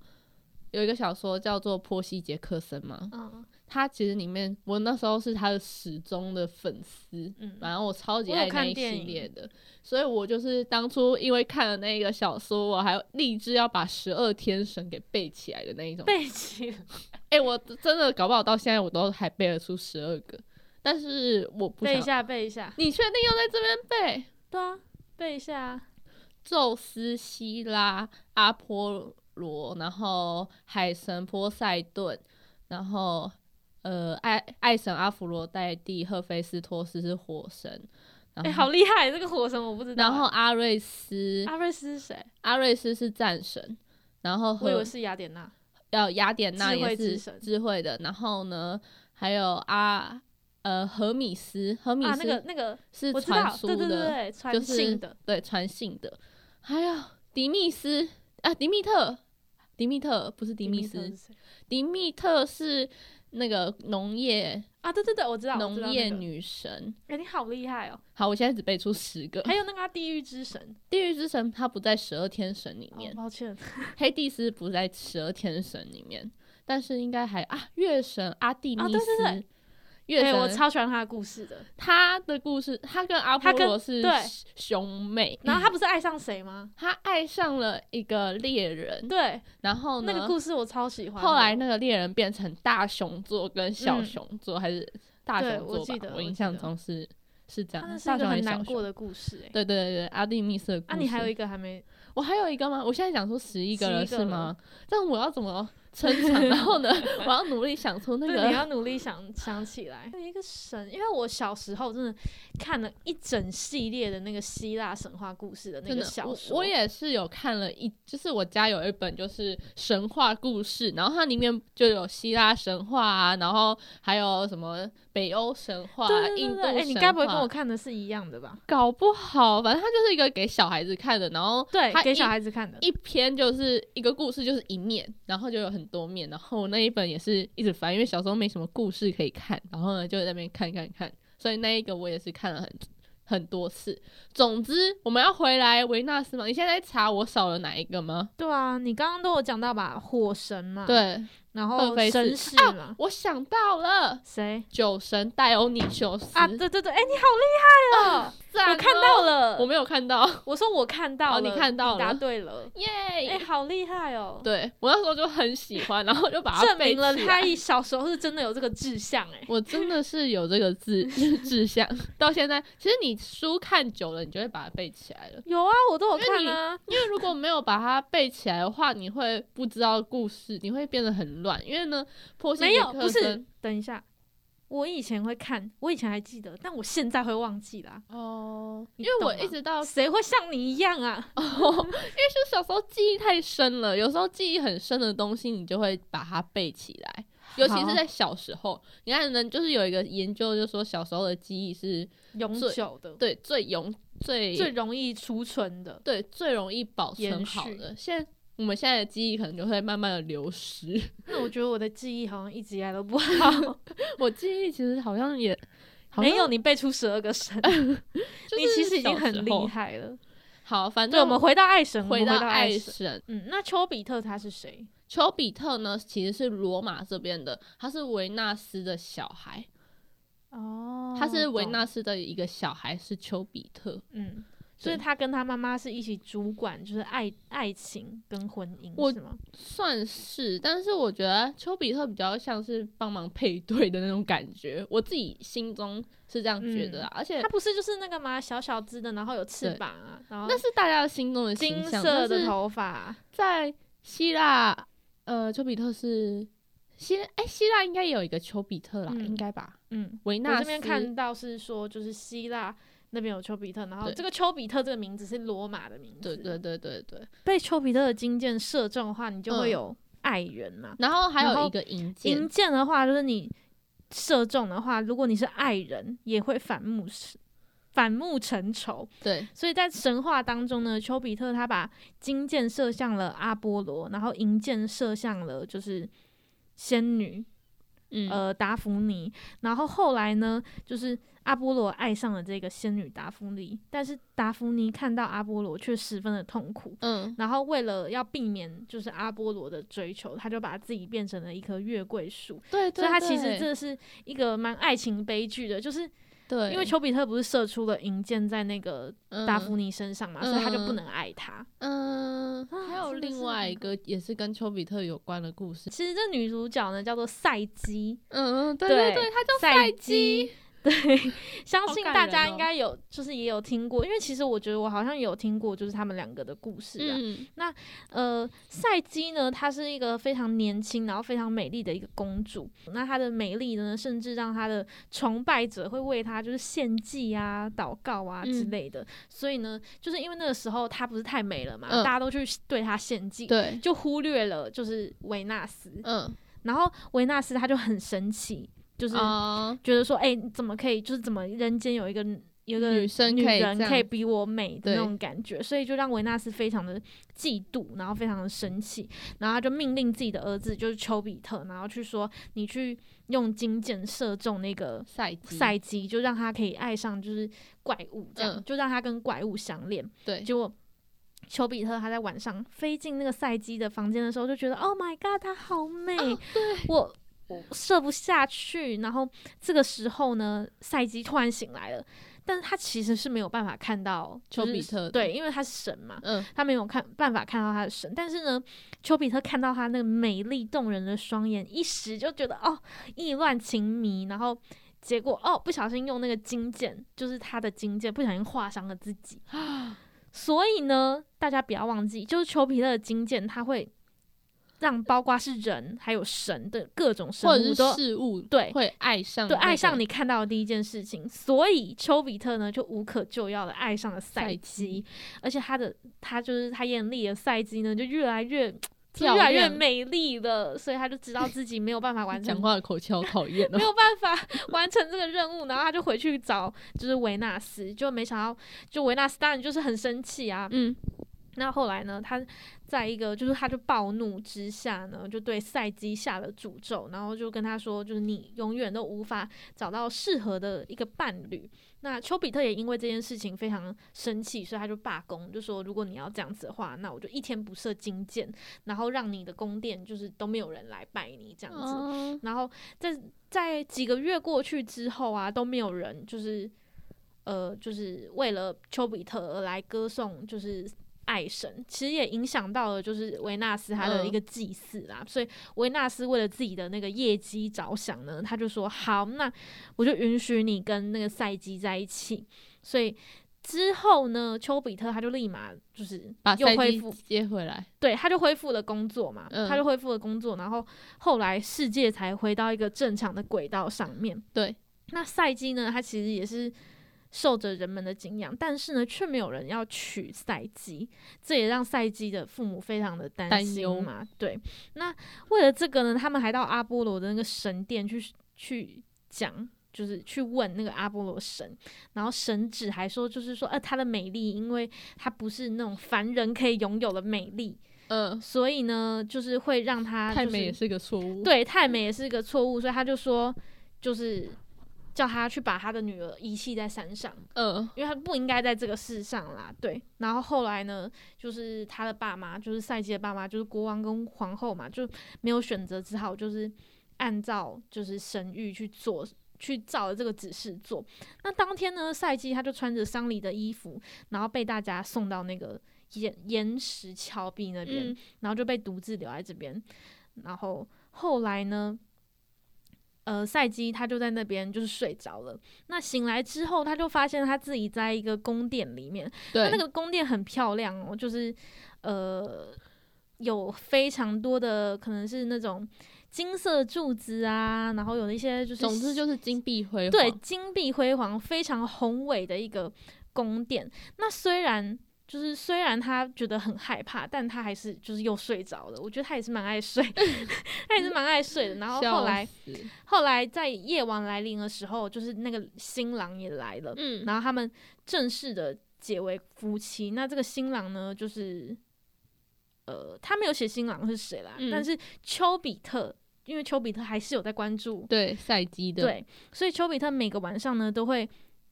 有一个小说叫做《波西·杰克森》吗？嗯，它其实里面我那时候是它的始终的粉丝，嗯反正我超级我有爱那看一电系影列的，所以我就是当初因为看了那个小说，我还立志要把十二天神给背起来的那一种。背起来，哎、我真的搞不好到现在我都还背得出十二个，但是我 不背一想。下，背一下，你确定要在这边背？对啊，背一下啊，宙斯、希拉、阿波罗，然后海神波塞顿，然后呃爱爱神阿佛罗代蒂、赫菲斯托斯是火神，然哎、后、好厉害，这个火神我不知道啊。然后阿瑞斯，阿瑞斯是谁？阿瑞斯是战神，然后我以和为是雅典娜。呃雅典娜智慧也之是神智慧的，然后呢还有阿呃荷米斯，荷米啊，斯那个那个，是我知传道，输对的，对对对，就传是信的，对传信的，还有迪密斯啊，迪密特，迪密特不是迪密特斯是，谁迪密特是那个农业啊，对对对，我知道，我知道农业那个，女神。哎，你好厉 害哦！好，我现在只背出十个。还有那个啊地狱之神，地狱之神它不在十二天神里哦面，抱歉，黑帝斯不在十二天神里面，但是应该还啊，月神阿蒂密对哦对斯，对月哎，我神、超喜欢他的故事的。他的故事，他跟阿波他跟罗是对兄妹，嗯然后他不是爱上谁吗？他爱上了一个猎人，对，然后呢，那个故事我超喜欢的。后来那个猎人变成大熊座跟小熊座，还是大嗯对熊座吧？我记得我印记象得中是是这他样，那是大一个熊还很是小难熊过。的故事，哎，对对对对，阿蒂密斯的故事。啊，你还有一个还没， 我还有一个吗？我现在讲出十一个了11个是 吗？但我要怎么撑场？然后呢，我要努力想出那对，你 个。要努力想想起来。 还有一个神，因为我小时候真的看了一整系列的那个希腊神话故事的那真个的，小我说，我也是有看了一，就是我家有一本就是神话故事，然后它里面就有希腊神话啊，然后还有什么北欧神话、啊对对对印度对，神哎，话。你该不会跟我看的是一样的吧？搞不好，反正它就是一个给小孩子看的，然后对它，给一小孩子看的。一篇就是一个故事，就是一面，然后就有很多面，然后那一本也是一直翻，因为小时候没什么故事可以看，然后呢就在那边看看看，所以那一个我也是看了很很多次。总之，我们要回来维纳斯嘛，你现在在查我少了哪一个吗？对啊，你刚刚都有讲到吧，火神嘛，，对然赫后菲斯啊哦绅士嘛，啊我想到了，谁酒神戴欧尼修斯啊？对对对，哎，你好厉害哦！赞我看哦到了，我没有看到，我说我看到哦了，你看到答了对了，耶、哎，好厉害哦！对我那时候就很喜欢，然后就把它证背明了起来他一小时候是真的有这个志向哎。我真的是有这个志 志向，到现在，其实你书看久了，你就会把它背起来了。有啊，我都有因为看你啊。因为如果没有把它背起来的话，你会不知道故事，你会变得很乱。因为呢，波西没有，杰克不是森，等一下，我以前会看，我以前还记得，但我现在会忘记啦。哦，你因为懂我一吗直到，因谁会像你一样啊？为是小时候记忆太深了，有时候记忆很深的东西，你就会把它背起来。尤其好是在小时候，你看呢，就是有一个研究，就说小时候的记忆是永最久的，对最永最最容易储存的。对，最容易保存延好续的。现在我们现在的记忆可能就会慢慢的流失。 那我觉得我的记忆好像一直以来都不好，我记忆其实好像也好像没有你背出十二 个神，就你其是实已经小时很厉候。害了。好，反对，正我们回到爱神，回我到们回爱爱神。神。嗯，那丘比特他是谁？丘比特呢，其实是罗马这边的，他是维纳斯的小孩，哦他是维懂纳斯的一个小孩，是丘比特。嗯，所以对他跟他妈妈是一起主管，就是爱爱情跟婚姻，我是吗？算是，但是我觉得丘比特比较像是帮忙配对的那种感觉，我自己心中是这样觉得啊。而且嗯他不是就是那个吗？小小只的，然后有翅对膀啊，然后那是大家的心中的金形象，色但的是头发，在希腊，呃，丘比特是希哎、希腊应该也有一个丘比特啦，嗯应该吧？嗯，维我纳这斯边看到是说就是希腊。那边有丘比特，然后对这个丘比特这个名字是罗马的名对字。对，对对对，被丘比特的金箭射中的话，你就嗯会有爱人呐、然后还然有后一个银箭，银箭的话，就是你射中的话，如果你是爱人，也会反目成反目成仇。对所以在神话当中呢，丘比特他把金箭射向了阿波罗，然后银箭射向了就是仙女，嗯，呃达芙妮，然后后来呢，就是阿波罗爱上了这个仙女达芙妮，但是达芙妮看到阿波罗却十分的痛苦，嗯然后为了要避免就是阿波罗的追求，他就把自己变成了一棵月桂树，对所对，以他其实对这是一个蛮爱情悲剧的，就是对，嗯因为丘比特不是射出了银箭在那个达芙妮，妮身上嘛，所以他就不嗯能爱她。嗯，啊还有真的另是外很一个也是跟丘比特有关的故事，其实这女主角呢叫做赛姬，嗯嗯，对对对，它叫赛姬，。 对，相好信感大人家哦应该有，就是也有听过，因为其实我觉得我好像有听过，就是他们两个的故事啊。嗯呃，赛姬呢，她是一个非常年轻，然后非常美丽的一个公主。那她的美丽呢，甚至让她的崇拜者会为她就是献祭啊、祷告啊之嗯类的。所以呢，就是因为那个时候她不是太美了嘛，嗯大家都去对她献祭，对，就忽略了就是维纳斯。嗯然后维纳斯她就很神奇，就是啊，觉得说，哎、你怎么可以，就是怎么人间有一个有一个女生女可以人这样可以比我美的对那种感觉，所以就让维纳斯非常的嫉妒，然后非常的生气，然后他就命令自己的儿子就是丘比特，然后去说，你去用金箭射中那个赛姬，赛姬，就让他可以爱上就是怪物，这样、嗯就让他跟怪物相恋。对，结果丘比特他在晚上飞进那个赛姬的房间的时候，就觉得 Oh my God，她好美，哦我我射不下去。然后这个时候呢，赛姬突然醒来了，但是她其实是没有办法看到丘比就是特的对，，因为他是神嘛，嗯他没有看办法看到他的神。但是呢，丘比特看到他那个美丽动人的双眼，一时就觉得哦，意乱情迷，然后。结果哦，不小心用那个金剑，就是他的金剑，不小心划伤了自己。啊，所以呢，大家不要忘记，就是丘比特的金剑，它会让包括是人还有神的各种生或者物是都事物对会爱上对那爱个上你看到的第一件事情。所以丘比特呢，就无可救药的爱上了赛赛姬姬，而且他的他就是他眼里的赛姬呢，就越来越。就漂越来越亮美丽了，所以他就知道自己没有办法完成讲话的口气好讨厌哦 没，有办法完成这个任务，然后他就回去找就是维纳斯，就没想到就维纳斯当然就是很生气啊，嗯那后来呢，他在一个就是他就暴怒之下呢，就对赛姬下了诅咒，然后就跟他说，就是你永远都无法找到适合的一个伴侣。那丘比特也因为这件事情非常生气，所以他就罢工，就说如果你要这样子的话，那我就一天不设金箭，然后让你的宫殿就是都没有人来拜你这样子。哦然后在在几个月过去之后啊，都没有人就是呃，就是为了丘比特而来歌颂，就是。爱神其实也影响到了，就是维纳斯他的嗯一个祭祀啦，所以维纳斯为了自己的那个业绩着想呢，他就说好，那我就允许你跟那个赛姬在一起。所以之后呢，丘比特他就立马就是把又赛恢季复接回来，对，他就恢复了工作嘛，嗯他就恢复了工作，然后后来世界才回到一个正常的轨道上面。对，那赛姬呢，她其实也是受着人们的敬仰，但是呢，却没有人要娶赛姬，这也让赛姬的父母非常的担担心忧嘛。对，那为了这个呢，他们还到阿波罗的那个神殿去去讲。就是去问那个阿波罗神，然后神指还说，就是说，呃，她的美丽，因为她不是那种凡人可以拥有的美丽，嗯，所以呢，就是会让他、就是、太美也是个错误，，对太美也是一个错误，所以他就说，就是叫他去把他的女儿遗弃在山上，嗯因为他不应该在这个世上啦。对，然后后来呢，就是他的爸妈，就是赛季的爸妈，就是国王跟皇后嘛，就没有选择，只好就是按照就是神谕去做。去照着这个指示做。那当天呢，赛季他就穿着丧礼的衣服，然后被大家送到那个岩岩石峭壁那边。嗯然后就被独自留在这边。然后后来呢，呃，赛姬她就在那边就是睡着了。那醒来之后，她就发现她自己在一个宫殿里面，对，那那个宫殿很漂亮哦，就是呃有非常多的可能是那种金色柱子啊，然后有一些就是总之就是金碧辉煌，对，金碧辉煌，非常宏伟的一个宫殿。那虽然就是虽然他觉得很害怕，但他还是就是又睡着了。我觉得他也是蛮爱睡， 他也是蛮爱睡的。然后笑后来死，后来在夜晚来临的时候，就是那个新郎也来了，嗯，然后他们正式的结为夫妻。那这个新郎呢，就是。呃，他没有写新郎是谁啦，嗯但是丘比特因为丘比特还是有在关注，对赛基的，，对，所以丘比特每个晚上呢都会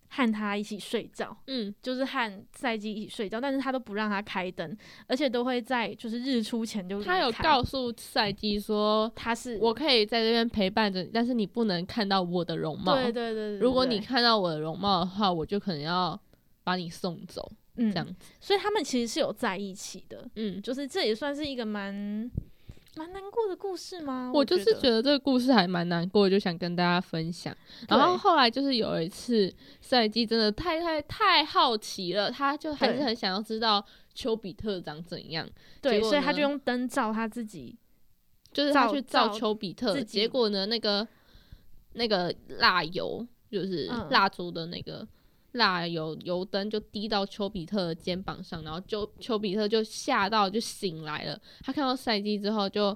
和他一起睡觉，嗯，就是和赛季一起睡觉，但是他都不让他开灯，而且都会在就是日出前就离嗯他有开告诉赛基说，他是我可以在这边陪伴着你，但是你不能看到我的容貌。对对对对，对如果对你看到我的容貌的话，我就可能要把你送走，嗯这样子。所以他们其实是有在一起的，嗯，就是这也算是一个蛮蛮难过的故事吗？我就是啊觉觉得这个故事还蛮难过的，就想跟大家分享。然后对后来就是有一次，赛季真的太太太好奇了，他就还是对很想要知道丘比特长怎样，结对，果所以他呢就用灯照他自己，就是他照去照照丘比特，自己结果呢，那个那个蜡油就是嗯蜡烛的那个蜡油油灯就滴到丘比特的肩膀上，然后丘丘比特就吓到就醒来了。他看到赛基之后就。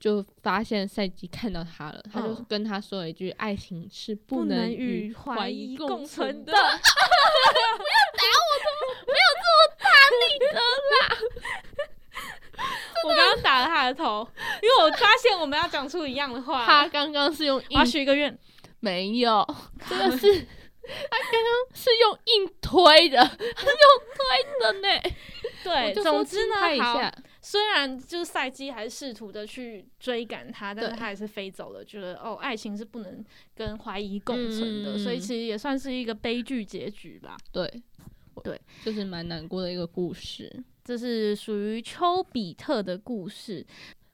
就发现赛基看到他了，他就嗯跟他说了一句：“爱情是不能能与怀怀疑共共存 的。的 我刚刚打了他的头，因为我发现我们要讲出一样的”话，他刚刚是用 我要硬许一个愿，没有，这个是他刚刚是用硬推的， 他用推的呢。对，总之拍一呢，好，下，虽然就是赛季还是试图的去追赶他，但是对他还是飞走了，觉得哦，爱情是不能跟怀疑共存的，嗯所以其实也算是一个悲剧结局吧。对，我对，就是蛮难过的一个故事。这是属于丘比特的故事，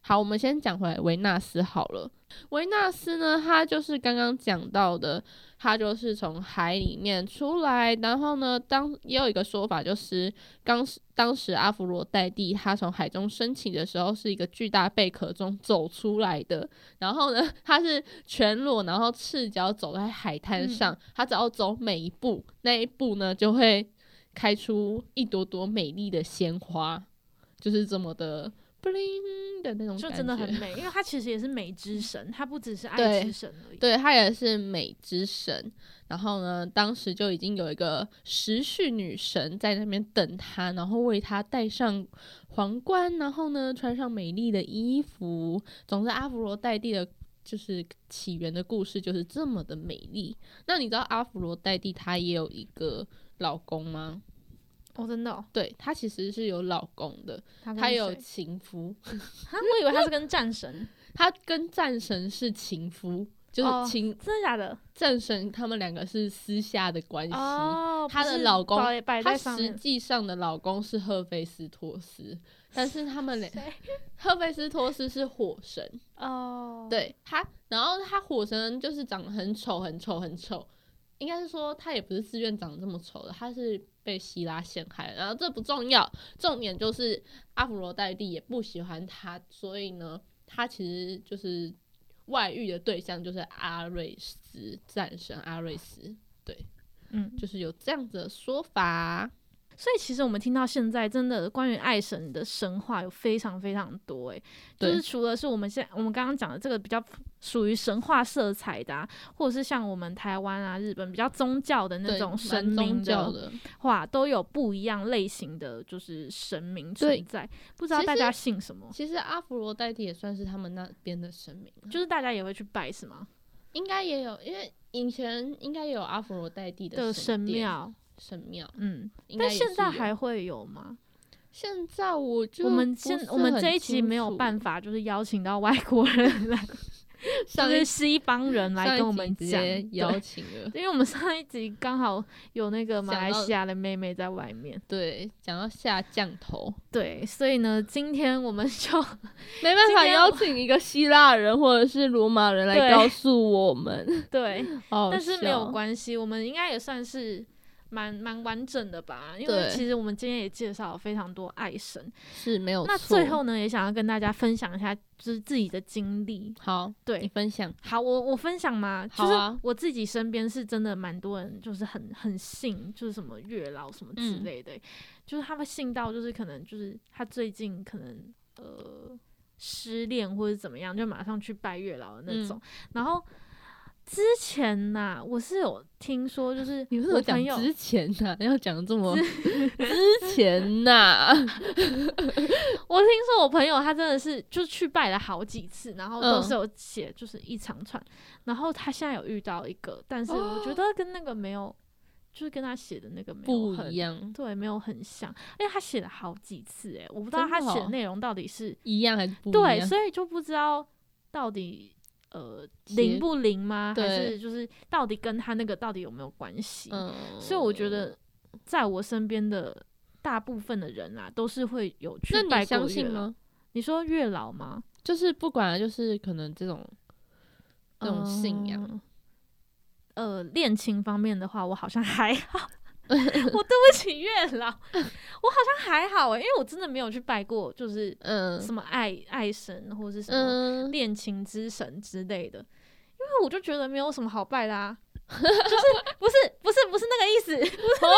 好，我们先讲回来维纳斯好了。维纳斯呢，他就是刚刚讲到的，他就是从海里面出来，然后呢，当也有一个说法就是，当时当时阿芙罗黛蒂她从海中升起的时候，是一个巨大贝壳中走出来的，然后呢，她是全裸，然后赤脚走在海滩上，她只要走每一步，那一步呢就会开出一朵朵美丽的鲜花，就是这么的。bling 的那种就感觉，真的很美，因为他其实也是美之神，他不只是爱对之神而已。对，她也是美之神。然后呢，当时就已经有一个时序女神在那边等她，然后为她戴上皇冠，然后呢穿上美丽的衣服。总之，阿芙罗黛蒂的就是起源的故事就是这么的美丽。那你知道阿芙罗黛蒂她也有一个老公吗？哦，真的、哦，对，她其实是有老公的，他跟她有谁情夫，哈我以为他是跟战 神，她跟战神是情夫。就哦是情、真的假的？战神他们两个是私下的关系，哦，她不的是老公摆摆她在上实面，际上的老公是赫菲斯托斯，但是他们俩，赫菲斯托斯是火神，哦，，对他，然后他火神就是长得很丑，很丑，很丑，应该是说他也不是自愿长得这么丑的，他是被希拉陷害的，然后这不重要，重点就是阿芙罗黛蒂也不喜欢他，所以呢，他其实就是外遇的对象就是阿瑞斯战神阿瑞斯，嗯，就是有这样子的说法。所以其实我们听到现在，真的关于爱神的神话有非常非常多、诶，就对是除了是我们现我们刚刚讲的这个比较属于神话色彩的、啊，或者是像我们台湾啊、日本比较宗教的那对种蛮神明宗教的的，话，都有不一样类型的就是神明对存在。不知道其大实家信什么，其实阿芙罗代替也算是他们那边的神明，啊就是大家也会去拜是吗？应该也有，因为以前应该也有阿芙罗代替的神神殿庙，神庙。嗯，应该但也是有现在还会有吗？现在我就我们不现是我们很这一集清没有楚办法，就是邀请到外国人 来，就上是一西方人来上一跟我集们直讲，接邀对，请了。因为我们上一集刚好有那个马想来到西亚的妹妹在外面，对，讲到下降 头，对，所以呢，今天我们就 没办今法天邀我请一个希腊人或者是罗马人来对告诉我们。 对，好但是没有笑关系，我们应该也算是。蛮蛮完整的吧，因为对其实我们今天也介绍了非常多爱神。是没有错。那最后呢，也想要跟大家分享一下，就是自己的经历。好，对你，分享好，我我分享嘛，就好啊是我自己身边是真的蛮多人，就是很很信，就是什么月老什么之嗯类的，就是他们信到就是可能就是他最近可能嗯呃失恋或者怎么样，就马上去拜月老的那种，然后。之前呐、我是有听说，就是你为什我么朋友讲之前呐、要讲这么之前 呐、我听说我朋友他真的是就去拜了好几次，然后都嗯是有写就是一长串，然后他现在有遇到一个，但是哦我觉得跟那个没有，就是跟他写的那个没有不很一，样，对，没有很像，因为他写了好几次，哎，我不知道真的他写哦的内容到底是、一样还是不一对，样？所以就不知道到底呃结灵不灵吗？还对是就是到底跟他那个到底有没有关系？嗯，所以我觉得在我身边的。大部分的人啊，都是会有去那拜你过相信月老吗？你说月老吗？就是不管，就是可能这种这种信仰，嗯呃，恋情方面的话，我好像还 好。我对不起月老，我好像还好欸诶、因为我真的没有去拜过，就是嗯什么爱爱神或是什么嗯，恋情之神之类的，因为我就觉得没有什么好拜 的啊。就是不是不是不是那个意思，哦，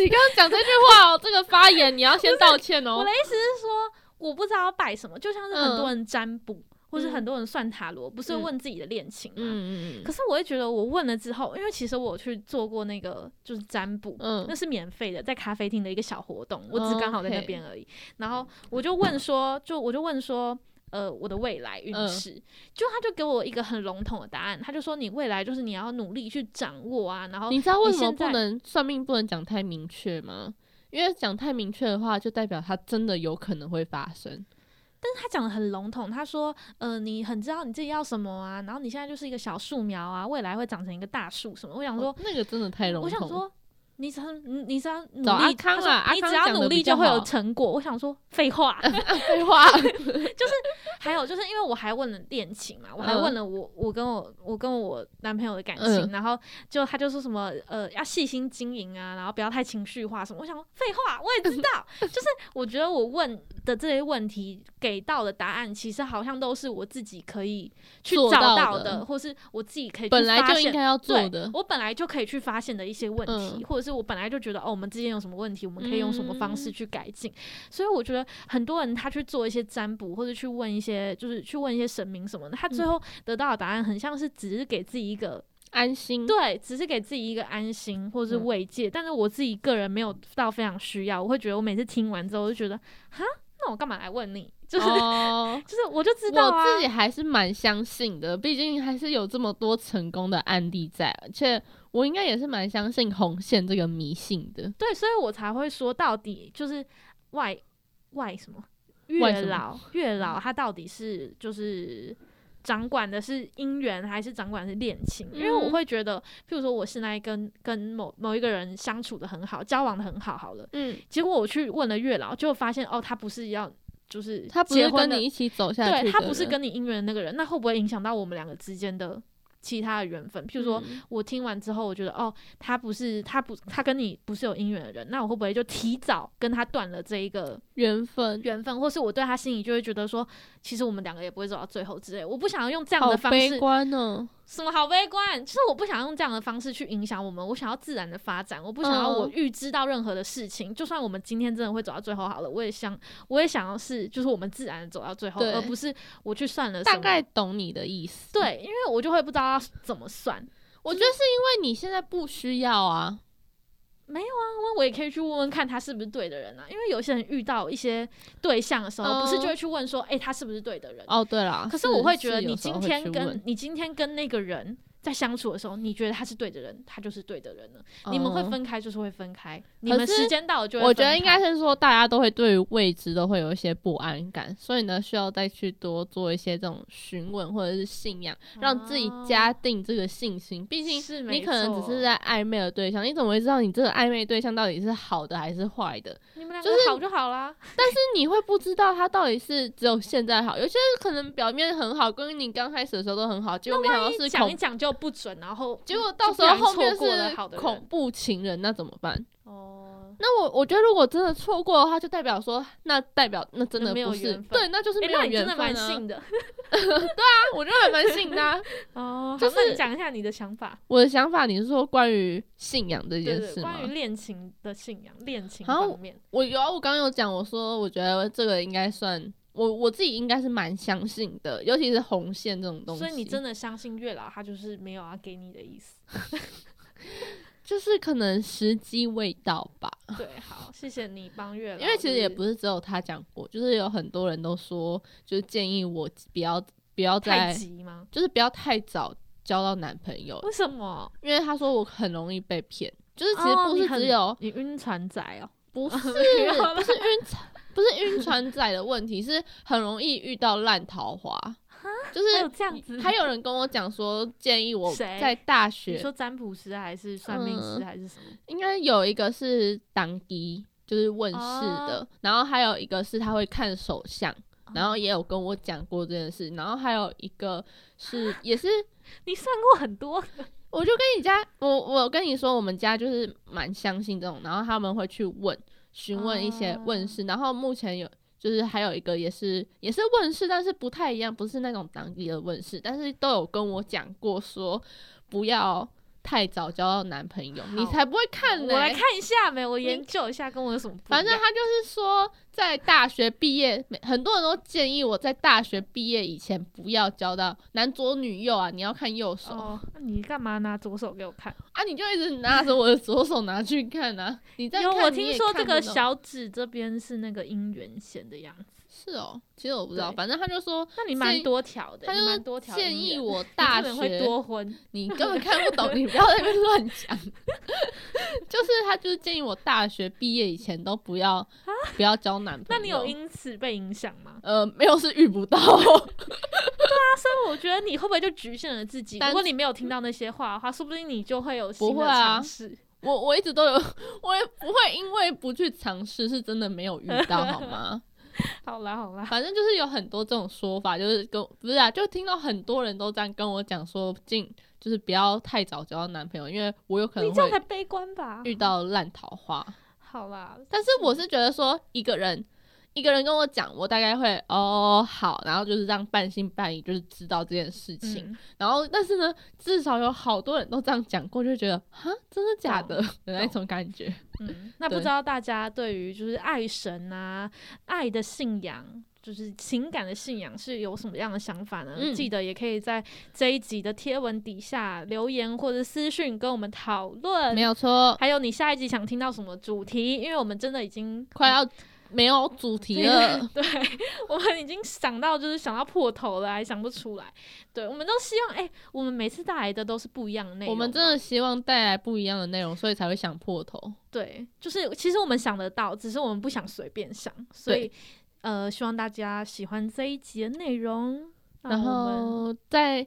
你刚刚讲这句话哦，这个发言你要先道歉我哦的。意思是说，我不知道拜什么，就像是很多嗯人占卜，或是嗯很多人算塔罗，不是嗯问自己的恋情吗？嗯嗯可是我会觉得，我问了之后，因为其实我有去做过那个就是占卜，嗯哦那是免费的，在咖啡厅的一个小活动，我只是刚好在那 OK 边而已。然后我就问说， 就我就问说，呃，我的未来运嗯势，就他就给我一个很笼统的答案，他就说你未来就是你要努力去掌握啊，然后嗯，你知道为什么现在不能算命不能讲太明确吗？因为讲太明确的话，就代表它真的有可能会发生。他讲的很笼统，他说，呃，你很知道你自己要什么啊，然后你现在就是一个小树苗啊，未来会长成一个大树什么。我想说，哦那个真的太笼统。我想，说，你只要你你只要努找阿力，康他说啦阿你康只要讲得努比力较就会有好成果。我想 说，废话。废话，还有就是因为我还问了恋情嘛，我还嗯问了我我跟我我跟我男朋友的感情，嗯然后就他就说什么呃要细心经营啊，然后不要太情绪化什么。我想说废话，我也知 道，就是我觉得我问的这些问题给到的答案，其实好像都是我自己可以去做找到到的或是我自己可以去本来发就应现该要做对的。我本来就可以去发现的一些问题，嗯或者是我本来就觉得哦，我们之间有什么问题，我们可以用什么方嗯式去改进。所以我觉得很多人他去做一些占卜，或者去问一些，就是去问一些神明什么的，他嗯最后得到的答案很像是只是给自己一个、安心。对，只是给自己一个安心或是嗯慰藉。但是我自己个人没有到非常需要，我会觉得我每次听完之后我就觉得，哈，那我干嘛来问你？就是、哦，就是我就知道啊，我自己还是蛮相信的，毕竟还是有这么多成功的案例在，而且我应该也是蛮相信红线这个迷信的。对，所以我才会说，到底就是外外什么外月什么老，月老他到底是就是掌管的是姻缘，还是掌管的是恋情？因为我嗯会觉得，譬如说我现在跟跟某某一个人相处的很好，交往的很好，好了，嗯，结果我去问了月老，就发现哦，他不是要就是他不结是婚跟的你一起走下去的对人，他不是跟你姻缘的那个人，那会不会影响到我们两个之间的其他的缘分？譬如说，嗯我听完之后，我觉得哦，他不是他不他跟你不是有姻缘的人，那我会不会就提早跟他断了这一个缘分，缘分，或是我对他心里就会觉得说，其实我们两个也不会走到最后之类，我不想要用这样好的方悲式，观哦。什么好悲观，就是我不想用这样的方式去影响我们，我想要自然的发展，我不想要嗯我预知到任何的事情，就算我们今天真的会走到最后好了，我也想我也想要是就是我们自然的走到最后，对而不是我去算了什大么概懂你的意思。，对，因为我就会不知道要怎么算，我觉得是因为你现在不需要啊。啊那我也可以去问问看他是不是对的人啊，因为有些人遇到一些对象的时候，嗯不是就会去问说，哎、他是不是对的人？哦，对啦，可是是我会觉得是有你时候今会天去跟问你今天跟那个人在相处的时候，你觉得他是对的人，他就是对的人了。你们会嗯分开就是会分开，你可们是时间到了就会我觉得分应开该是说，大家都会对于未知都会有一些不安感，所以呢，需要再去多做一些这种询问或者是信仰，让自己加定这个信心。毕竟哦是你没可能只错是在暧昧的对象，你怎么会知道你这个暧昧对象到底是好的还是坏的？你们两就个是好就好啦。但是你会不知道他到底是只有现在好，有些人可能表面很好，跟你刚开始的时候都很好，结果没想到是讲一恐，讲就不准，然后结果到时候后面就不小心错过了好是的人恐怖情人，那怎么办？哦，那我我觉得，如果真的错过的话，就代表说，那代表那真的那没有不是缘分对，那就是哎、没有那你缘真的分、啊啊蛮信的我觉得还蛮信的 啊、哦。就好那是你讲一下你的想法，我的想法，你是说关于信仰这对件对，事吗？关于恋情的信仰、恋情好像方面。我有啊，我刚刚有讲，我说我觉得这个应该算，我我自己应该是蛮相信的，尤其是红线这种东西。所以你真的相信月老他就是没有要给你的 意思？就是可能时机未到吧，对，好，谢谢你帮月老，因为其实也不是是只有他讲过，就是有很多人都说，就是建议我不要不要太再，急吗？就是不要太早交到男朋友，为什么？因为他说我很容易被骗。就是其实哦不你是很只有、你晕船仔哦，不是没有啦不是晕船不是晕船仔的问题，是很容易遇到烂桃花，就还有是这样 子，还有人跟我讲说建议我谁在大你学说占卜师还是算命嗯师还是什么？ 应该有一个是当机，就是问世的，哦然后还有一个是他会看手相，然后也有跟我讲过这件事，然后还有一个是也是，你算过很多我就跟你家，我我跟你说，我们家就是蛮相信这种，然后他们会去问询问一些哦问事，然后目前有。就是还有一个也是也是问世，但是不太一样，不是那种当地的问世，但是都有跟我讲过说不要太早交到男朋友，你好才不会看呢、我来看一下没，我研究一下跟我有什么不一反正样他就是说，在大学毕业，每很多人都建议我在大学毕业以前不要交到男左女右啊，你要看右手、哦，那你干嘛拿左手给我看？啊，你就一直拿着我的左手拿去看啊，你在有看我你也听说这看个不懂小指这边是那个姻缘线的样子，是哦，其实我不知道，对反正他就说，那你建蛮议多条的，他你蛮就多是条建姻议缘我你大可能会学多婚，你根本看不懂，你不要在那边乱讲。 就是他就是建议我大学毕业以前都不要不要交男朋友。啊那你有因此被影响吗？呃没有是遇不到。那我觉得你会不会就局限了自己？但如果你没有听到那些话的话，说不定你就会有新不的会啊尝试。我我一直都有，我也不会因为不去尝试，是真的没有遇到好吗？好啦好啦，反正就是有很多这种说法，就是跟不是啊，就听到很多人都这样跟我讲说，进就是不要太早交到男朋友，因为我有可你能这样才会悲观吧？遇到烂桃花。好啦，但是我是觉得说，一个人一个人跟我讲，我大概会哦好，然后就是让半信半疑，就是知道这件事情。嗯，然后但是呢，至少有好多人都这样讲过，就觉得哈真的假的 的那种感觉。嗯，那不对知道大家对于就是爱神啊、爱的信仰。就是情感的信仰是有什么样的想法呢？嗯记得也可以在这一集的贴文底下留言或者私讯跟我们讨论没。有错，还有你下一集想听到什么主题？因为我们真的已经。快要没有主题了 对，我们已经想到就是想到破头了，还想不出来。对，我们都希望，哎、我们每次带来的都是不一样的内容嘛。我们真的希望带来不一样的内容，所以才会想破头。对，就是其实我们想得到，只是我们不想随便想，所以呃，希望大家喜欢这一集的内容。那然我们后再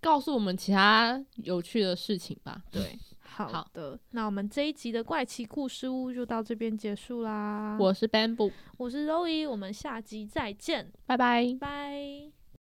告诉我们其他有趣的事情吧。对，好好的，那我们这一集的怪奇故事屋就到这边结束啦。我是 Bamboo，我是 Zoe，我们下集再见，拜拜。拜。